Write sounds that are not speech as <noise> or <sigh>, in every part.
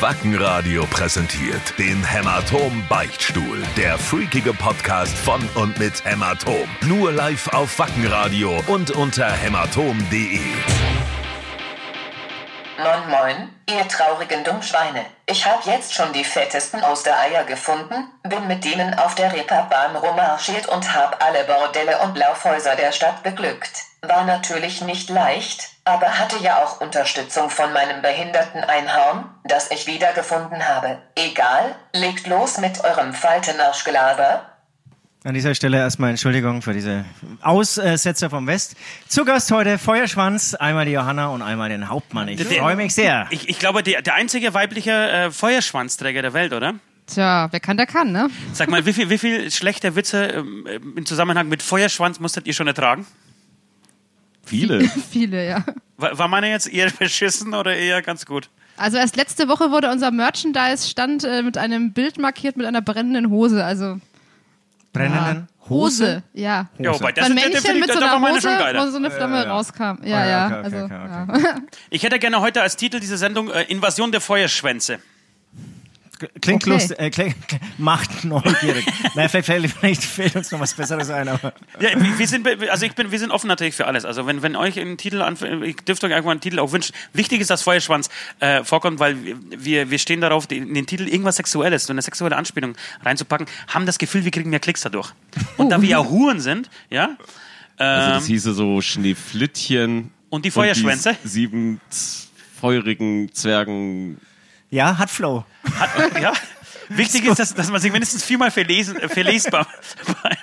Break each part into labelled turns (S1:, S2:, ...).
S1: Wackenradio präsentiert den Hämatom Beichtstuhl. Der freakige Podcast von und mit Hämatom. Nur live auf Wackenradio und unter hämatom.de.
S2: Moin moin, ihr traurigen Dummschweine. Ich hab jetzt schon die fettesten Ostereier gefunden, bin mit denen auf der Reeperbahn rummarschiert und hab alle Bordelle und Laufhäuser der Stadt beglückt. War natürlich nicht leicht, aber hatte ja auch Unterstützung von meinem behinderten Einhorn, das ich wiedergefunden habe. Egal, legt los mit eurem Faltenarschgelaber.
S3: An dieser Stelle erstmal Entschuldigung für diese Aussetzer vom West. Zu Gast heute Feuerschwanz, einmal die Johanna und einmal den Hauptmann. Ich
S4: Der-
S3: freue mich sehr.
S4: Ich, ich glaube, der, der einzige weibliche äh, Feuerschwanzträger der Welt, oder?
S5: Tja, wer kann, der kann, ne?
S4: Sag mal, wie viel, wie viel schlechte Witze ähm, ähm, im Zusammenhang mit Feuerschwanz musstet ihr schon ertragen?
S6: Viele.
S5: <laughs> Viele, ja.
S4: War, war meiner jetzt eher <laughs> beschissen oder eher ganz gut?
S5: Also erst letzte Woche wurde unser Merchandise-Stand äh, mit einem Bild markiert mit einer brennenden Hose. Also
S3: Brennenden
S5: Hose, ja.
S4: Ja, wobei,
S5: So
S4: das
S5: ein
S4: der- der
S5: Männchen
S4: finde ich-
S5: mit
S4: da-
S5: so
S4: da war
S5: einer
S4: meine
S5: Hose,
S4: schon
S5: wo
S4: geiler.
S5: so eine Flamme rauskam.
S3: Ah,
S5: Ja,
S3: ja,
S5: ja.
S3: okay, okay,
S5: also,
S3: okay,
S5: ja.
S4: Ich hätte gerne heute als Titel dieser Sendung äh, Invasion der Feuerschwänze.
S3: Klingt
S5: Okay.
S3: lustig, äh, klingt, <laughs> macht neugierig. Nein, vielleicht, vielleicht, vielleicht fällt <laughs> uns noch was Besseres ein, aber
S4: Ja, wir wir sind, be- also ich bin, wir sind offen natürlich für alles. Also wenn, wenn euch ein Titel anfängt, ich dürfte euch irgendwann einen Titel auch wünschen. Wichtig ist, dass Feuerschwanz äh, vorkommt, weil wir- wir, wir stehen darauf, die- in den Titel irgendwas Sexuelles, so eine sexuelle Anspielung reinzupacken, haben das Gefühl, wir kriegen mehr Klicks dadurch. Und da wir ja Huren sind, ja,
S6: Oh.
S4: ähm,
S6: Also das hieße so Schneeflittchen.
S4: Und die Feuerschwänze?
S6: die sieben z- feurigen Zwergen.
S3: ja, hat Flow.
S4: hat, <laughs> ja wichtig ist, dass, dass man sich mindestens viermal verlesen, äh, verlest beim, <laughs> beim,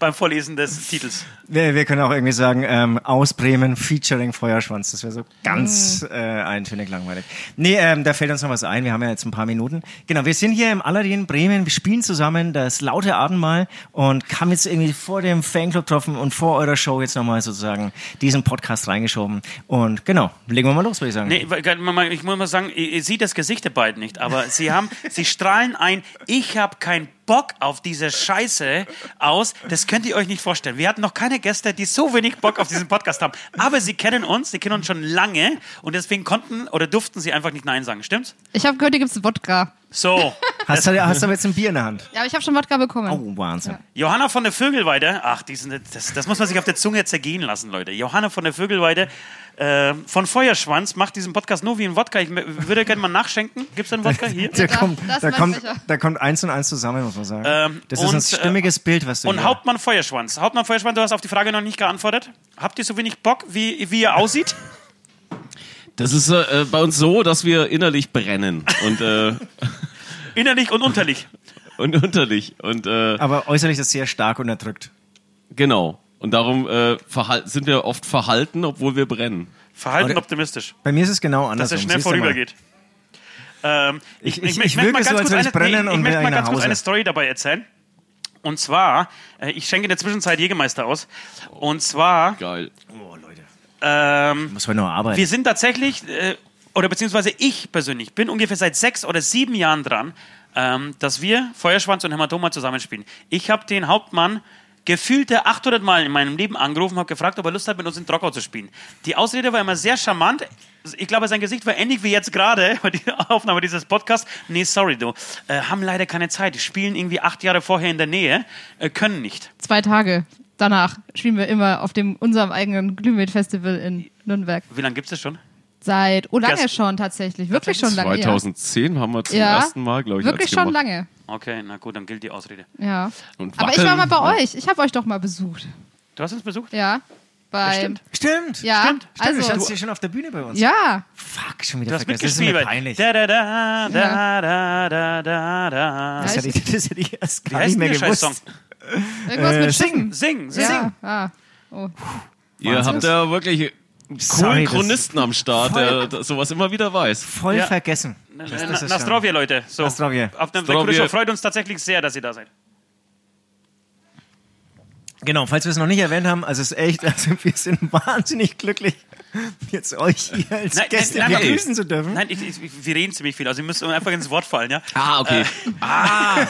S4: beim Vorlesen des Titels.
S3: Wir, wir können auch irgendwie sagen, ähm, aus Bremen featuring Feuerschwanz. Das wäre so ganz äh, eintönig langweilig. Nee, ähm, da fällt uns noch was ein. Wir haben ja jetzt ein paar Minuten. Genau, wir sind hier im Aladdin Bremen. Wir spielen zusammen das laute Abendmahl und haben jetzt irgendwie vor dem Fanclub-Treffen und vor eurer Show jetzt nochmal sozusagen diesen Podcast reingeschoben. Und genau, legen wir mal los, würde ich sagen.
S4: Nee, weil, man- man- ich muss mal sagen, ihr, ihr seht das Gesicht der beiden nicht, aber sie haben, sie strahlen ein, ich habe keinen Bock auf diese Scheiße aus. Das könnt ihr euch nicht vorstellen. Wir hatten noch keine Gäste, die so wenig Bock auf diesen Podcast haben. Aber sie kennen uns, sie kennen uns schon lange und deswegen konnten oder durften sie einfach nicht Nein sagen, stimmt's?
S5: Ich habe gehört, hier gibt's Wodka.
S4: So.
S3: Hast du, hast du aber jetzt ein Bier in der Hand?
S5: Ja, aber ich habe schon Wodka bekommen.
S3: Oh, Wahnsinn.
S4: Johanna von der Vögelweide, ach, die sind, das, das muss man sich auf der Zunge zergehen lassen, Leute. Johanna von der Vögelweide äh, von Feuerschwanz macht diesen Podcast nur wie ein Wodka. Ich m- würde gerne mal nachschenken. Gibt's da einen Wodka hier?
S3: Da,
S5: Das-
S3: kommt,
S5: das
S3: da,
S5: war
S3: kommt,
S5: sicher.
S3: da kommt eins und eins zusammen, muss man sagen.
S4: Ähm,
S3: das ist ein
S4: und,
S3: stimmiges Bild, was du
S4: Und
S3: hier-
S4: Hauptmann Feuerschwanz. Hauptmann Feuerschwanz, du hast auf die Frage noch nicht geantwortet. Habt ihr so wenig Bock, wie, wie ihr
S3: <laughs>
S4: aussieht?
S6: Das ist äh, äh, bei uns so, dass wir innerlich brennen und, äh, <laughs>
S4: Innerlich und unterlich.
S6: und unterlich. Und äh,
S3: aber äußerlich ist sehr stark unterdrückt.
S6: genau. Und darum äh, verhal- sind wir oft verhalten, obwohl wir brennen.
S4: Verhalten
S3: Oder-
S4: optimistisch.
S3: Bei mir ist es genau
S4: Dass
S3: andersrum.
S4: er schnell
S3: siehst du mal.
S4: vorübergeht. Ähm,
S3: Ich- ich- ich
S4: möchte
S3: wirke
S4: mal
S3: so,
S4: ganz
S3: als
S4: kurz
S3: würde ich
S4: eine-
S3: brennen
S4: nee,
S3: und
S4: ich möchte
S3: wäre
S4: mal
S3: nach
S4: ganz kurz
S3: Hause.
S4: eine Story dabei erzählen. Und zwar, äh, ich schenke in der Zwischenzeit Jägermeister aus. Und zwar,
S6: Geil.
S4: ähm,
S3: Muss heute noch arbeiten.
S4: wir sind tatsächlich, äh, oder beziehungsweise ich persönlich, bin ungefähr seit sechs oder sieben Jahren dran, ähm, dass wir Feuerschwanz und Hämatoma zusammenspielen. Ich habe den Hauptmann gefühlte 800 Mal in meinem Leben angerufen, habe gefragt, ob er Lust hat, mit uns in Trockau zu spielen. Die Ausrede war immer sehr charmant. Ich glaube, sein Gesicht war ähnlich wie jetzt gerade <laughs> bei der Aufnahme dieses Podcasts. Nee, sorry, du. Äh, haben leider keine Zeit. Spielen irgendwie acht Jahre vorher in der Nähe, äh, können nicht.
S5: Zwei Tage danach spielen wir immer auf dem unserem eigenen Glühmet-Festival in Nürnberg.
S4: Wie lange gibt's das schon?
S5: Seit, oh lange
S4: Das-
S5: schon tatsächlich, wirklich schon lange. ja.
S6: 2010 haben wir zum
S5: ja,
S6: ersten Mal, glaube ich,
S5: wirklich
S6: als
S5: schon
S6: gemacht.
S5: lange.
S4: Okay, na gut, dann gilt die Ausrede.
S5: Ja.
S6: Und
S5: Aber ich war mal
S6: wackeln.
S5: bei euch. Ich habe euch doch mal besucht.
S4: Du hast uns besucht?
S5: Ja. Bei,
S4: stimmt.
S3: Stimmt.
S5: Ja,
S3: Stimmt.
S5: also-
S3: du standst hier schon auf der Bühne bei uns.
S5: Ja.
S3: Fuck, schon wieder
S4: Du hast
S3: vergessen. Das ist mir
S4: mitgespielt.
S3: peinlich.
S4: Da, da, da, da,
S5: Ja.
S4: da, da, da, da.
S3: das
S5: Ja,
S3: hätte ich, das hätte ich erst
S4: Wie
S3: gar
S4: heißt
S3: nicht mehr
S4: denn der
S3: gewusst.
S4: Scheiß-Song?
S5: Irgendwas
S3: Äh,
S5: mit
S3: singen.
S5: Schiffen.
S4: Sing, sing.
S5: Ja. Ah. Oh.
S6: Ihr habt da wirklich einen
S3: Sorry,
S6: coolen
S3: das-
S6: Chronisten am Start, der, der sowas immer wieder weiß.
S3: Voll
S4: Ja.
S3: vergessen. Das, das ist schon-
S4: Äh, Nastrovje, Leute. So.
S3: Nastrovje.
S4: Auf dem
S6: Nastrovje.
S4: Show. Freut uns tatsächlich sehr, dass ihr da seid.
S3: <laughs> Genau, falls wir es noch nicht erwähnt haben, also es ist echt, also wir sind wahnsinnig glücklich, jetzt euch hier als
S4: Nein,
S3: Gäste
S4: nein, nein,
S3: begrüßen
S4: nein.
S3: zu dürfen.
S4: Nein, ich, ich, wir reden ziemlich viel. Also, wir müssen einfach ins Wort fallen, ja?
S6: Ah, okay. Ah!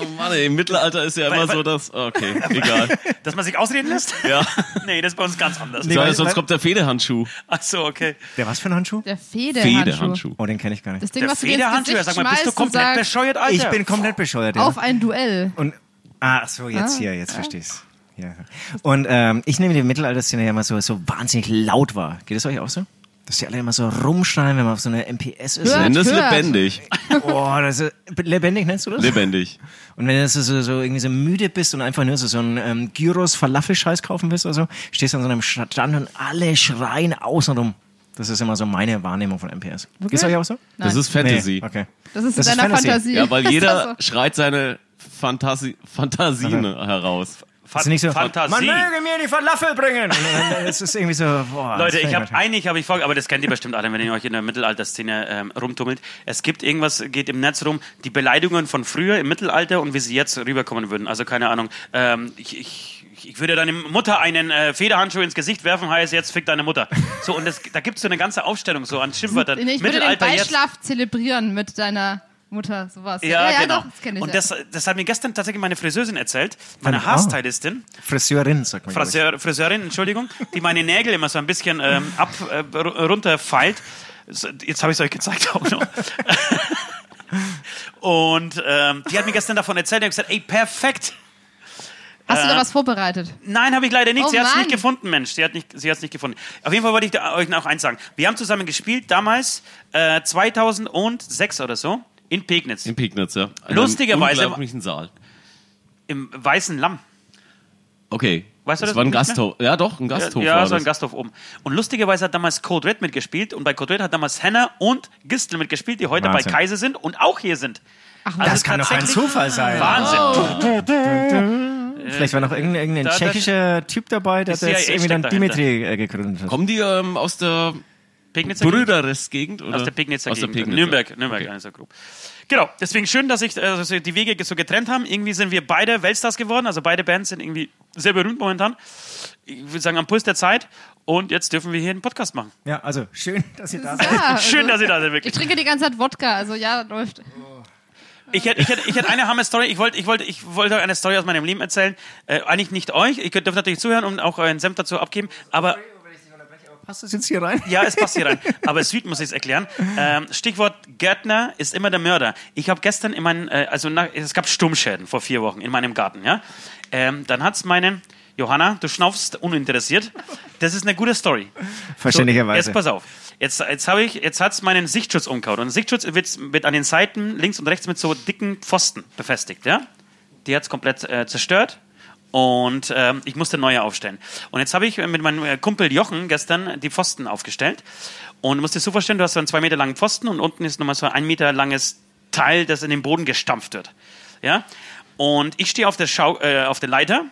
S6: Oh Mann, ey, im Mittelalter ist ja immer
S4: Äh. Weil- weil-
S6: so, dass. Okay, egal.
S4: Dass man sich
S3: <laughs>
S4: ausreden lässt?
S6: Ja.
S4: <laughs> nee, das ist bei uns ganz anders.
S3: Nee.
S6: Weil
S3: weil-
S6: sonst
S3: weil-
S6: kommt der Federhandschuh.
S4: Ach so, okay.
S3: Der was für ein Handschuh?
S5: Der Federhandschuh.
S6: Federhandschuh.
S3: Oh, den kenne ich gar nicht.
S5: Das Ding,
S4: Der
S5: was du dir ins
S4: Federhandschuh,
S5: Gesicht
S4: sag mal, bist du
S5: schmeißt und
S4: komplett
S5: sagst,
S4: bescheuert, Alter?
S3: Ich bin komplett bescheuert. Ja.
S5: auf ein Duell.
S3: Und ah, so jetzt
S5: Ah,
S3: hier, jetzt
S5: ja.
S3: verstehst. Ja. Und ähm, ich nehme die Mittelalterszene ja immer so, so wahnsinnig laut war. Geht es euch auch so? Dass die alle immer so rumschreien, wenn man auf so einer MPS ist.
S5: Hört,
S6: Nenn das
S5: hört.
S6: lebendig.
S3: Boah, das ist lebendig, nennst du das?
S6: Lebendig.
S3: Und wenn du so, so, so irgendwie so müde bist und einfach nur so, so einen ähm, Gyros Falafel-Scheiß kaufen willst oder so, stehst du an so einem Strand und alle schreien außen rum. Das ist immer so meine Wahrnehmung von MPS. Geht's euch auch so?
S6: Das ist Fantasy.
S3: Nee, okay.
S5: Das ist in deiner
S3: Fantasy.
S5: Fantasie.
S6: Ja, weil
S5: <laughs> Das ist
S6: jeder
S5: so.
S6: schreit seine Fantasi Fantasien heraus.
S3: Das ist nicht so,
S4: Fantasie.
S3: Man möge mir die Falafel bringen! Und dann- Das ist irgendwie so, boah.
S4: Leute,
S3: das
S4: ich
S3: kann
S4: habe eigentlich habe ich vor, aber das kennt ihr bestimmt alle, wenn ihr euch in der Mittelalterszene ähm, rumtummelt. Es gibt irgendwas, geht im Netz rum, die Beleidigungen von früher im Mittelalter und wie sie jetzt rüberkommen würden. Also keine Ahnung. Ähm, ich, ich, ich würde deine Mutter einen äh, Federhandschuh ins Gesicht werfen, heißt jetzt fick deine Mutter. So und das, da gibt's so eine ganze Aufstellung so an Schimpfwörtern.
S5: Nee, ich würde den
S4: Mittelalter jetzt.
S5: Beischlaf zelebrieren mit deiner Mutter, sowas.
S4: Ja, genau.
S5: doch, das kenn ich
S4: und
S5: ja.
S4: das, das hat mir gestern tatsächlich meine Friseurin erzählt, meine
S3: Ah.
S4: Haarstylistin.
S3: Friseurin, sagt man. glaub ich.
S4: Friseur, Friseurin, Entschuldigung, die meine Nägel immer so ein bisschen ähm, ab, äh, ru- runterfeilt. So, Jetzt habe ich es euch gezeigt auch
S5: <laughs>
S4: noch. Und ähm, die hat mir gestern davon erzählt und ich hab gesagt, ey, perfekt.
S5: Hast du
S4: äh,
S5: da was
S4: <laughs>
S5: vorbereitet?
S4: Nein, habe ich leider nicht.
S5: Oh
S4: sie hat es
S5: Mann.
S4: nicht gefunden, Mensch. Sie hat nicht, sie hat's nicht gefunden. Auf jeden Fall wollte ich da, euch noch eins sagen. Wir haben zusammen gespielt, damals äh, 2006 oder so, in Pegnitz,
S6: In Pegnitz, ja. In einem
S4: Lustigerweise-
S6: unglaublichen Saal.
S4: im Weißen Lamm.
S6: Okay.
S4: Weißt du
S6: das
S4: das
S6: war ein
S4: nicht mehr?
S6: Gasthof. Ja, doch, ein Gasthof.
S4: Ja,
S6: war
S4: so ein
S6: das.
S4: Gasthof oben. Und lustigerweise hat damals Code Red mitgespielt und bei Code Red hat damals Hannah und Gistel mitgespielt, die heute
S3: Wahnsinn.
S4: bei Kaiser sind und auch hier sind. Ach,
S3: Das kann doch ein Zufall sein.
S4: Wahnsinn.
S3: Vielleicht war noch irgendein, irgendein
S4: Da- da-
S3: tschechischer Typ dabei, der
S4: Die CIA
S3: jetzt irgendwie dann
S4: steckt dahinter.
S3: Dimitri äh, gegründet hat.
S6: Kommen die ähm, aus der
S4: Pegnitzer Gegend?
S6: Brüderes-Gegend?
S4: Aus der Pegnitzer
S6: Aus der
S4: Gegend.
S6: Pegnitzer.
S4: Nürnberg, Nürnberg, okay. also grob. Genau, deswegen schön, dass sich äh, dass sich die Wege so getrennt haben. Irgendwie sind wir beide Weltstars geworden, also beide Bands sind irgendwie sehr berühmt momentan. Ich würde sagen, am Puls der Zeit. Und jetzt dürfen wir hier einen Podcast machen.
S3: Ja, also schön, dass ihr da seid.
S5: Ja,
S4: Schön, dass ihr da seid, wirklich.
S5: Ich trinke die ganze Zeit Wodka, also ja, läuft.
S4: Ich hätte, ich hätte, ich hätte eine hammer Story. Ich wollte, ich wollte, ich wollte euch eine Story aus meinem Leben erzählen. Äh, eigentlich nicht euch. Ich dürft natürlich zuhören und auch euren Senf dazu abgeben. Aber
S3: Passt das jetzt hier rein?
S4: ja, es passt hier rein. Aber süd muss ich es erklären. Ähm, Stichwort Gärtner ist immer der Mörder. Ich habe gestern in meinen, äh, also nach, es gab Sturmschäden vor vier Wochen in meinem Garten. Ja, ähm, dann hat's meine Johanna, du schnaufst uninteressiert. Das ist eine gute Story.
S3: Verständlicherweise.
S4: Jetzt pass auf. Jetzt, jetzt habe ich, jetzt hat's meinen Sichtschutz umgehauen. Und Sichtschutz wird, wird an den Seiten links und rechts mit so dicken Pfosten befestigt, ja? Die hat's komplett äh, zerstört. Und ähm, ich musste neue aufstellen. Und jetzt habe ich mit meinem äh, Kumpel Jochen gestern die Pfosten aufgestellt. Und du musst dir so vorstellen, du hast so einen zwei Meter langen Pfosten und unten ist nochmal so ein Meter langes Teil, das in den Boden gestampft wird. Ja? Und ich stehe auf, der Schau- äh, auf der Leiter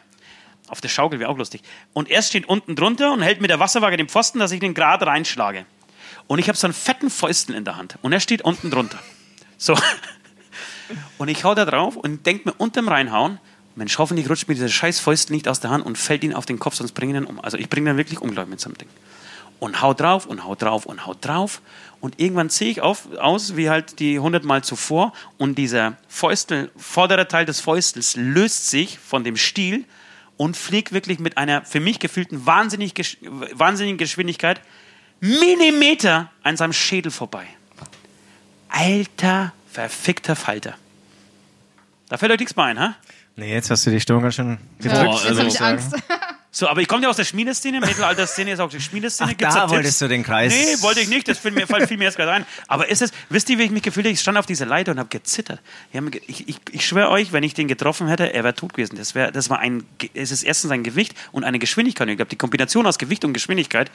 S4: auf der Schaukel wäre auch lustig. Und er steht unten drunter und hält mit der Wasserwaage den Pfosten, dass ich den gerade reinschlage. Und ich habe so einen fetten Fäustel in der Hand. Und er steht unten drunter. So. Und ich hau da drauf und denk mir unterm Reinhauen, Mensch, hoffentlich rutscht mir dieser scheiß Fäustel nicht aus der Hand und fällt ihn auf den Kopf, sonst bringe ich ihn um. Also ich bringe ihn wirklich um, glaub ich, mit so einem Ding. Und hau drauf und hau drauf und hau drauf. Und irgendwann ziehe ich auf, aus, wie halt die 100 Mal zuvor. Und dieser Fäustel, vordere Teil des Fäustels löst sich von dem Stiel und fliegt wirklich mit einer für mich gefühlten wahnsinnig, gesch- wahnsinnigen Geschwindigkeit Millimeter an seinem Schädel vorbei. Alter, verfickter Falter. Da fällt euch nichts mehr ein, ha?
S3: Nee, jetzt hast du die Stimmung ganz schön
S5: Ja,
S3: gedrückt.
S5: jetzt
S6: also-
S5: habe ich Angst.
S4: So, aber ich komme ja aus der Schmiedeszene, Mittelalterszene ist auch die Schmiedeszene.
S3: Ach, da wolltest du den Kreis.
S4: Nee, wollte ich nicht, das fiel mir, fall- fiel mir jetzt gerade ein. Aber ist es, wisst ihr, wie ich mich gefühlt habe? Ich stand auf dieser Leiter und habe gezittert. Ich, hab mir ge- ich, ich, ich schwöre euch, wenn ich den getroffen hätte, er wäre tot gewesen. Das, wär, das war ein, Ge- es ist erstens ein Gewicht und eine Geschwindigkeit. Und Ich glaube, die Kombination aus Gewicht und Geschwindigkeit,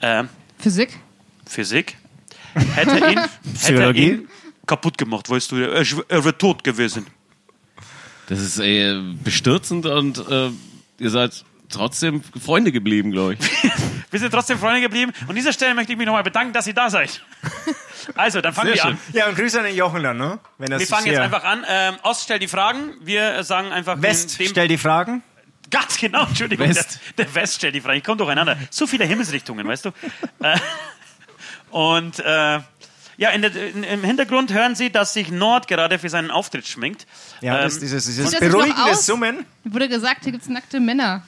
S4: äh,
S5: Physik?
S4: Physik,
S3: <laughs>
S4: hätte ihn, hätte
S3: Psychologie?
S4: ihn kaputt gemacht, weißt du. Er, schw- er wäre tot gewesen.
S6: Das ist äh, bestürzend und äh, ihr seid trotzdem Freunde geblieben,
S3: <laughs>
S6: glaube ich.
S4: Wir sind trotzdem Freunde geblieben. Und an dieser Stelle möchte ich mich nochmal bedanken, dass ihr da
S6: <laughs>
S4: seid. Also, dann fangen
S6: Sehr
S4: wir
S6: schön.
S4: an.
S3: Ja, und Grüße an den Jochen dann, ne? Wenn das
S4: Wir fangen
S3: hier-
S4: jetzt einfach an. Ähm, Ost stellt die Fragen. Wir äh, sagen einfach
S3: West,
S4: dem, dem
S3: stell die Fragen.
S4: Ganz genau, Entschuldigung.
S6: West.
S4: Der, der West stellt die Frage. Ich komme durcheinander. So viele Himmelsrichtungen, weißt du? Äh, <laughs> und äh, ja, in der, in, im Hintergrund hören sie, dass sich Nord gerade für seinen Auftritt schminkt.
S3: Ja,
S4: Ähm,
S3: das, dieses,
S5: Sieht
S3: dieses
S5: das nicht noch
S3: beruhigende
S5: aus?
S3: Summen,
S5: Wurde gesagt, hier gibt es nackte Männer.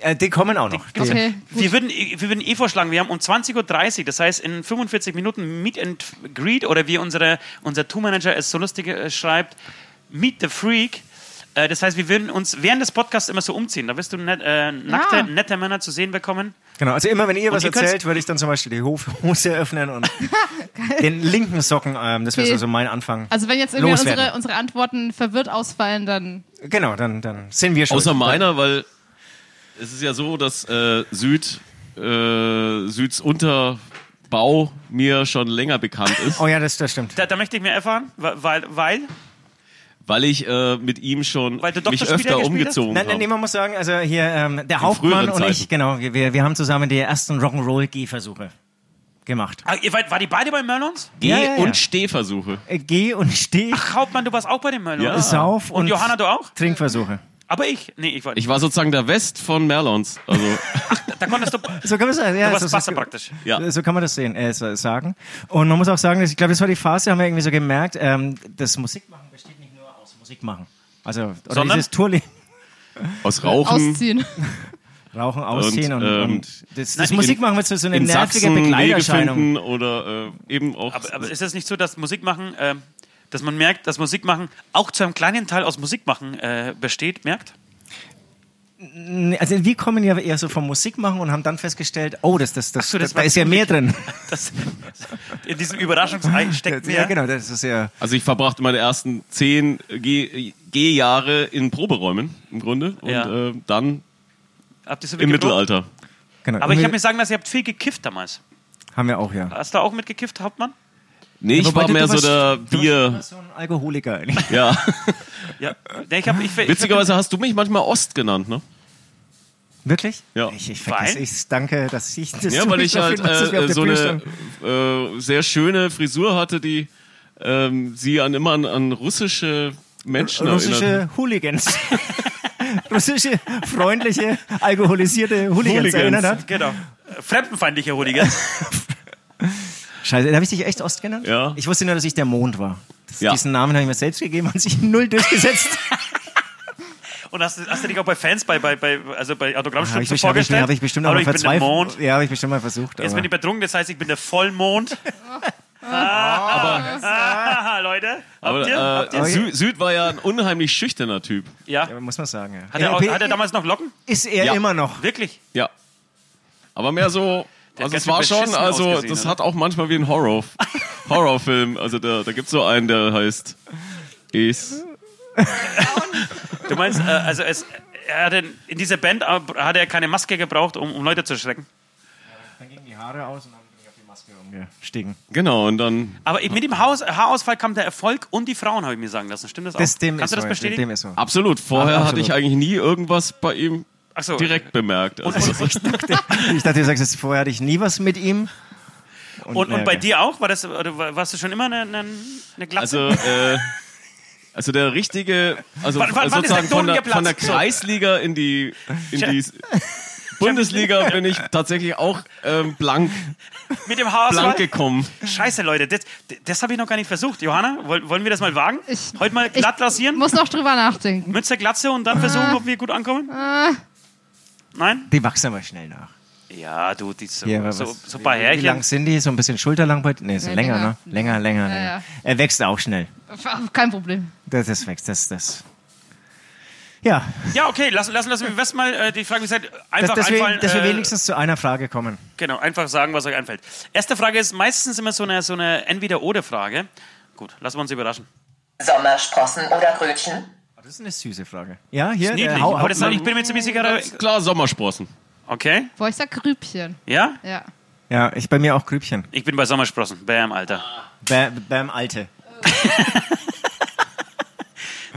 S3: äh, die kommen auch noch. Die-
S5: Okay.
S4: wir, würden, wir würden eh vorschlagen, wir haben um 20.30 Uhr, das heißt in 45 Minuten Meet and Greet oder wie unsere, unser Tourmanager es so lustig äh, schreibt, Meet the Freak. Äh, Das heißt, wir würden uns während des Podcasts immer so umziehen. Da wirst du net, äh, nackte,
S5: Ah.
S4: nette Männer zu sehen bekommen.
S3: Genau, also immer wenn ihr was
S4: ihr könnt's-
S3: erzählt, würde ich dann zum Beispiel die Hof- Hose öffnen und
S5: <laughs>
S3: den linken Socken, ähm, das wäre
S5: Okay.
S3: so mein Anfang.
S5: Also wenn jetzt irgendwie
S3: Loswerden.
S5: unsere, unsere Antworten verwirrt ausfallen, dann
S3: Genau, dann, dann sind wir schon.
S6: Außer meiner, weil es ist ja so, dass äh, Süd, äh, Süds Unterbau mir schon länger bekannt
S3: <laughs>
S6: ist,
S3: Oh ja, das, das stimmt.
S4: Da, da möchte ich mehr erfahren, wa- weil, weil
S6: weil ich äh, mit ihm schon
S4: Weil du
S6: mich
S4: Doktorspiele
S6: öfter
S4: gespielt hast?
S6: umgezogen
S3: Nein, nein, nee,
S6: habe.
S3: man muss sagen, also hier ähm, der Hauptmann
S6: früheren
S3: und ich,
S6: Zeiten.
S3: genau, wir, wir haben zusammen die ersten Rock'n'Roll-Gehversuche gemacht.
S4: Ah, ihr wart, war die beide bei Merlons?
S6: Geh-
S3: Ja, ja, ja.
S6: und Stehversuche.
S3: Äh, Geh und steh,
S4: Ach, Hauptmann, du warst auch bei den Merlons.
S6: Ja.
S3: sauf und,
S4: Und Johanna, du auch?
S3: Trinkversuche.
S4: Aber ich, nee, ich war
S6: Ich war sozusagen der West von Merlons.
S3: <laughs>
S6: Also,
S4: Da konntest du,
S3: So kann man sagen, ja,
S4: du
S3: so-
S4: warst
S3: so-
S4: Wasser praktisch.
S6: ja.
S3: So kann man das sehen, äh, so- sagen. Und man muss auch sagen, dass ich glaube, das war die Phase, haben wir irgendwie so gemerkt, ähm, das Musikmachen besteht nicht nur aus Musikmachen. Also, oder
S4: Sondern?
S3: dieses Tourleben.
S6: Aus Rauchen,
S5: ausziehen.
S3: Rauchen, ausziehen und,
S6: Und,
S3: und,
S6: ähm,
S3: das,
S4: nein,
S3: das Musikmachen wird so, so eine
S6: in
S3: nervige
S6: Sachsen Wege
S3: Begleiterscheinung.
S6: finden oder äh, eben auch.
S4: Aber, aber ist das nicht so, dass Musik machen, ähm, dass man merkt, dass Musik machen auch zu einem kleinen Teil aus Musik machen äh, besteht, merkt?
S3: Also wir kommen ja eher so vom Musikmachen und haben dann festgestellt, oh, das, das, das,
S4: so, das
S3: da
S4: war
S3: ist ja mehr drin.
S4: Das, <laughs> in diesem Überraschungsei steckt
S3: <laughs>
S4: mehr.
S3: Ja, genau, das ist ja.
S6: also ich verbrachte meine ersten zehn Geh- Gehjahre in Proberäumen im Grunde und
S4: Ja.
S6: äh, dann
S4: Habt ihr so viel
S6: im
S4: getrunken?
S6: Mittelalter.
S3: Genau.
S4: Aber ich habe
S3: Haben
S4: mir sagen lassen, ihr habt viel gekifft damals.
S3: wir- haben wir auch ja.
S4: Hast du auch mitgekifft, Hauptmann?
S6: Nee, ich
S3: Wobei
S6: war
S3: du-
S6: mehr
S3: du
S6: so
S3: warst-
S6: der
S3: du warst immer
S6: Bier.
S3: so ein Alkoholiker <laughs> eigentlich.
S6: Ja. <laughs>
S4: Ja. Nee, ich hab, ich, ich,
S6: Witzigerweise hast du mich manchmal Ost genannt, ne?
S3: Wirklich?
S6: Ja.
S3: Ich, ich vergesse,
S4: Weil?
S3: ich danke, dass ich das
S6: Ja,
S3: du <laughs>
S6: weil
S3: mich
S6: ich
S3: darauf
S6: halt
S3: hinweist, dass wir auf
S6: äh,
S3: der
S6: so
S3: Bühne
S6: eine
S3: standen.
S6: äh, sehr schöne Frisur hatte, die ähm, sie an immer an, an russische Menschen erinnert.
S3: russische Hooligans. <laughs> russische, freundliche, alkoholisierte Hooligans,
S6: Hooligans.
S3: erinnert hat.
S4: Genau. Äh, Fremdenfeindlicher Hooligan.
S3: Scheiße, habe ich dich echt Ost genannt?
S6: Ja.
S3: Ich wusste nur, dass ich der Mond war. Das,
S6: Ja.
S3: Diesen Namen habe ich mir selbst gegeben <laughs> und sich null durchgesetzt.
S4: Und hast, du- hast du dich auch bei Fans, bei, bei, bei, also
S3: habe Ah,
S4: bei
S3: ich, bestimmt-
S4: Autogrammstunden
S3: habe ich,
S4: vorgestellt?
S3: habe ich bestimmt auch
S4: Hallo,
S3: mal
S4: ich bin der
S3: verzweifelt.
S4: Mond.
S3: Ja, habe ich bestimmt mal versucht.
S4: Jetzt bin
S3: Aber.
S4: ich betrunken, das heißt, ich bin der Vollmond. ah, ah, Leute, habt ihr?
S6: Aber
S4: habt ihr?
S6: äh, Sü Süd war ja ein unheimlich schüchterner Typ.
S4: Ja.
S3: Ja, muss man sagen, ja.
S4: Hat er, auch,
S3: NLP
S4: hat er damals noch Locken?
S3: ist er
S6: Ja.
S3: immer noch.
S4: Wirklich?
S6: Ja. Aber mehr <laughs> so.
S4: hat
S6: Also
S4: ganz
S6: es war
S4: schön
S6: schon,
S4: beschissen
S6: also
S4: ausgesehen,
S6: das
S4: oder?
S6: hat auch manchmal wie ein <laughs> Horror Horrorfilm. Also da, da gibt's so einen, der heißt Es.
S4: Du meinst, äh, also es, er hatte, in dieser Band aber hat er keine Maske gebraucht, um, um Leute zu erschrecken.
S3: Dann gingen die Haare aus und dann bin ich auf die Maske umgestiegen.
S6: Genau, und dann
S4: Aber mit dem Haus, Haarausfall kam der Erfolg und die Frauen, habe ich mir sagen lassen. Stimmt das auch?
S3: Das, dem
S4: Kannst
S3: ist
S4: du das
S3: so,
S4: bestätigen?
S3: Dem ist so.
S6: absolut, vorher
S3: Ach,
S6: hatte ich eigentlich nie irgendwas bei ihm
S4: Ach so. äh,
S6: direkt bemerkt. Also,
S4: Und, und,
S3: Ich dachte, du sagst, jetzt, vorher hatte ich nie was mit ihm. äh,
S4: und,
S3: ja,
S4: und bei
S3: okay.
S4: dir auch? War das, oder war- warst du schon immer eine, eine, eine Glatze?
S6: <laughs> Also, äh, also der richtige, also
S4: Wann- wann- wann ist
S6: sozusagen
S4: der
S6: von der,
S4: Dodenplatz?
S6: von der Kreisliga in die, in die Bundesliga bin ich tatsächlich auch ähm, blank,
S4: mit dem Haarausfall?
S6: blank gekommen.
S4: Scheiße, Leute, das, das habe ich noch gar nicht versucht. Johanna, woll- wollen wir das mal wagen?
S5: Ich-
S4: Heute mal glatt
S5: Ich
S4: rasieren,
S5: muss noch drüber nachdenken.
S4: Mütze, Glatze und dann
S5: Ah.
S4: versuchen, ob wir gut ankommen? Nein?
S3: Die wachsen aber schnell nach.
S4: Ja, du, die so,
S3: Ja, aber
S4: so,
S3: was-
S4: so ein paar
S3: wie, wie lang
S4: Härchen.
S3: sind die? So ein bisschen schulterlang bei Nee, ist
S5: Ja,
S3: länger,
S5: länger.
S3: ne? Länger, länger, länger.
S5: ja.
S3: Er wächst auch schnell.
S5: Kein Problem.
S3: Das, das wächst, das, das. Ja,
S4: Ja, okay, lass, lass, lass mir West mal äh, die Frage gesagt,
S3: dass,
S4: einfach
S3: dass, wir,
S4: einfallen.
S3: dass wir
S4: äh,
S3: wenigstens zu einer Frage kommen.
S4: Genau, einfach sagen, was euch einfällt. Erste Frage ist meistens immer so eine, so eine Entweder-Oder-Frage. Gut, lassen wir uns überraschen.
S2: Sommersprossen oder Brötchen?
S3: Das ist eine süße Frage. Ja, hier.
S4: Niedlich,
S3: äh, hau-
S4: aber das,
S3: hau-
S4: ich bin mir ziemlich sicher.
S6: Klar, Sommersprossen.
S4: Okay,
S5: Boah, ich sag Grübchen.
S4: ja?
S5: Ja.
S3: ja, ich bei mir auch Grübchen.
S4: Ich bin bei Sommersprossen. Bam, Alter.
S3: Bam, bam Alte.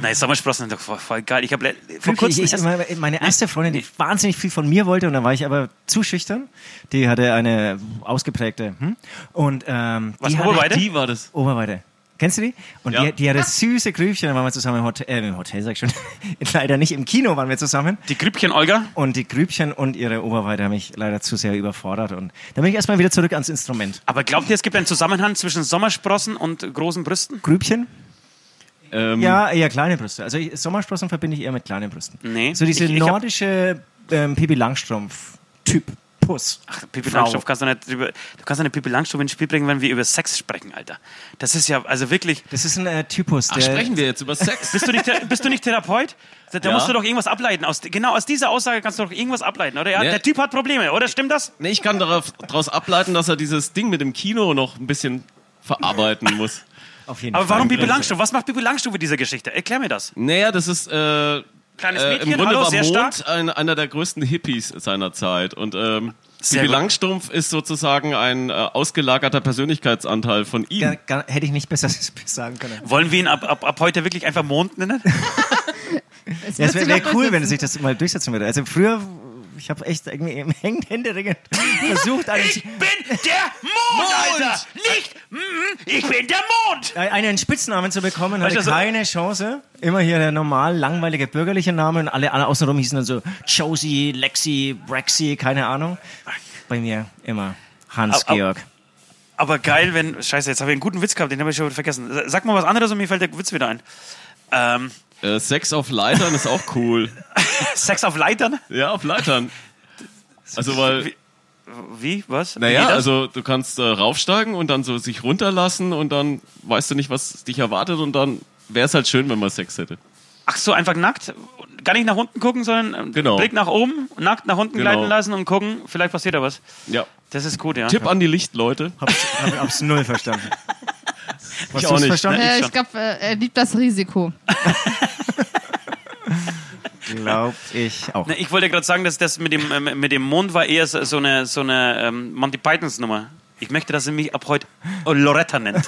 S4: Nein, Sommersprossen sind doch voll, voll geil. Ich habe vor
S3: Wirklich,
S4: kurzem.
S3: ich,
S4: erst-
S3: meine, meine erste Freundin, die wahnsinnig viel von mir wollte, und dann war ich aber zu schüchtern. Die hatte eine ausgeprägte. Hm? Und ähm,
S4: Was,
S3: die hatte-
S4: Oberweide?
S6: Die war das.
S3: Oberweide. Kennst du die? Und
S6: Ja.
S3: die, die hat das süße Grübchen, da waren wir zusammen im Hotel, äh, im Hotel sag ich schon, <laughs> leider nicht, im Kino waren wir zusammen.
S4: Die Grübchen, Olga?
S3: Und die Grübchen und ihre Oberweite haben mich leider zu sehr überfordert. Und dann bin ich erstmal wieder zurück ans Instrument.
S4: Aber glaubt ihr, es gibt einen Zusammenhang zwischen Sommersprossen und großen Brüsten?
S3: Grübchen?
S6: Ähm,
S4: Hm.
S3: Ja, eher kleine Brüste. Also ich, Sommersprossen verbinde ich eher mit kleinen Brüsten.
S4: Nee,
S3: So diese
S4: ich- ich hab-
S3: nordische ähm, Pippi Langstrumpf-Typ. Puss.
S4: Ach, Pippi
S3: Frau.
S4: Langstrumpf kannst du nicht drüber, du kannst doch nicht Pippi Langstrumpf ins Spiel bringen, wenn wir über Sex sprechen, Alter. Das ist ja, also wirklich,
S3: Das ist ein äh, Typus.
S6: Ach, sprechen wir jetzt über Sex?
S4: bist du nicht, Thera- bist du nicht Therapeut? Da, da
S6: Ja.
S4: musst du doch irgendwas ableiten. Aus, genau aus dieser Aussage kannst du doch irgendwas ableiten, oder? Ja,
S6: Nee.
S4: Der Typ hat Probleme, oder? Stimmt das?
S6: nee, ich kann daraus ableiten, dass er dieses Ding mit dem Kino noch ein bisschen verarbeiten muss.
S3: Auf jeden
S4: Aber
S3: Fall.
S4: warum Pippi Langstrumpf? Was macht Pippi Langstrumpf mit dieser Geschichte? Erklär mir das.
S6: Naja, das ist äh,
S4: Kleines
S6: äh,
S4: Mädchen,
S6: im Grunde
S4: hallo,
S6: war
S4: sehr
S6: Mond
S4: stark.
S6: ein, einer der größten Hippies seiner Zeit. Und ähm,
S4: Sehr
S6: Bibi
S4: gut.
S6: Langstrumpf ist sozusagen ein äh, ausgelagerter Persönlichkeitsanteil von ihm.
S3: Gar, gar, hätte ich nicht besser <laughs> sagen können.
S4: Wollen wir ihn ab, ab, ab heute wirklich einfach Mond nennen?
S5: Es
S3: Ja, es wäre
S5: wird
S3: wär
S5: sich
S3: cool,
S5: noch
S3: wenn es sich das mal durchsetzen würde. Also früher, ich habe echt irgendwie im Hängen
S4: <laughs>
S3: händeringend versucht, einen,
S4: bin der Mond, Alter! Nicht, mm, ich bin der Mond!
S3: Äh, einen Spitznamen zu bekommen, hatte
S4: Weißt du, so-
S3: keine Chance. Immer hier der normal langweilige bürgerliche Name und alle, alle außenrum hießen dann so Josie, Lexi, Brexi, keine Ahnung. Bei mir immer
S4: Au, au.
S3: Hans-Georg.
S4: Aber geil, wenn. Scheiße, jetzt habe ich einen guten Witz gehabt, den habe ich schon wieder vergessen. Sa- Sag mal was anderes und mir fällt der Witz wieder ein. Ähm,
S6: Äh, Sex auf Leitern ist auch cool.
S4: Sex auf Leitern?
S6: ja, auf Leitern. Also weil,
S4: Wie? Was?
S6: naja,
S4: Wie das?
S6: also du kannst äh, raufsteigen und dann so sich runterlassen und dann weißt du nicht, was dich erwartet und dann wäre es halt schön, wenn man Sex hätte.
S4: Ach so, einfach nackt. Gar nicht nach unten gucken, sondern ähm,
S6: Genau.
S4: Blick nach oben, nackt nach unten
S6: Genau.
S4: gleiten lassen und gucken, vielleicht passiert da was.
S6: Ja.
S4: Das ist gut, ja.
S6: Tipp an die Lichtleute.
S3: Hab's, hab, hab's null verstanden. <laughs> Hast
S6: auch
S3: du's
S6: nicht.
S5: was-
S3: verstanden?
S5: Äh,
S4: schon.
S5: ich glaube, äh, er liebt das Risiko.
S3: Glaub ich auch.
S4: Na, Ne, Ich wollte gerade sagen, dass das mit dem, ähm, mit dem Mond war eher so so eine, so eine ähm, Monty Pythons Nummer. Ich möchte, dass sie mich ab heute Loretta nennt.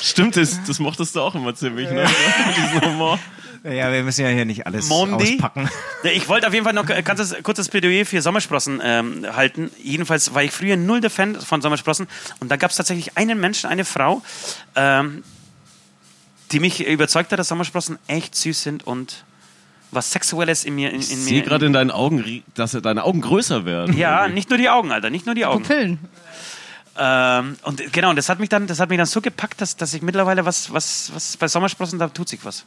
S6: Stimmt, das, das mochtest du auch immer ziemlich, ne? <laughs> Diesen Humor.
S3: Ja, wir müssen ja hier nicht alles
S4: Mondi?
S3: auspacken.
S4: Ja, Ich wollte auf jeden Fall noch äh, ein kurzes, kurzes Plädoyer für Sommersprossen ähm, halten. Jedenfalls war ich früher null der Fan von Sommersprossen. Und da gab es tatsächlich einen Menschen, eine Frau, ähm, die mich überzeugt hat, dass Sommersprossen echt süß sind und was Sexuelles in mir. In, in
S6: Ich
S4: mir
S6: sehe gerade in deinen Augen, rie- dass deine Augen größer werden.
S4: ja, nicht nur die Augen, Alter, nicht nur die Augen.
S5: Pillen.
S4: Ähm, und genau, und das hat mich dann, das hat mich dann so gepackt, dass, dass ich mittlerweile was, was, was bei Sommersprossen, da tut sich was.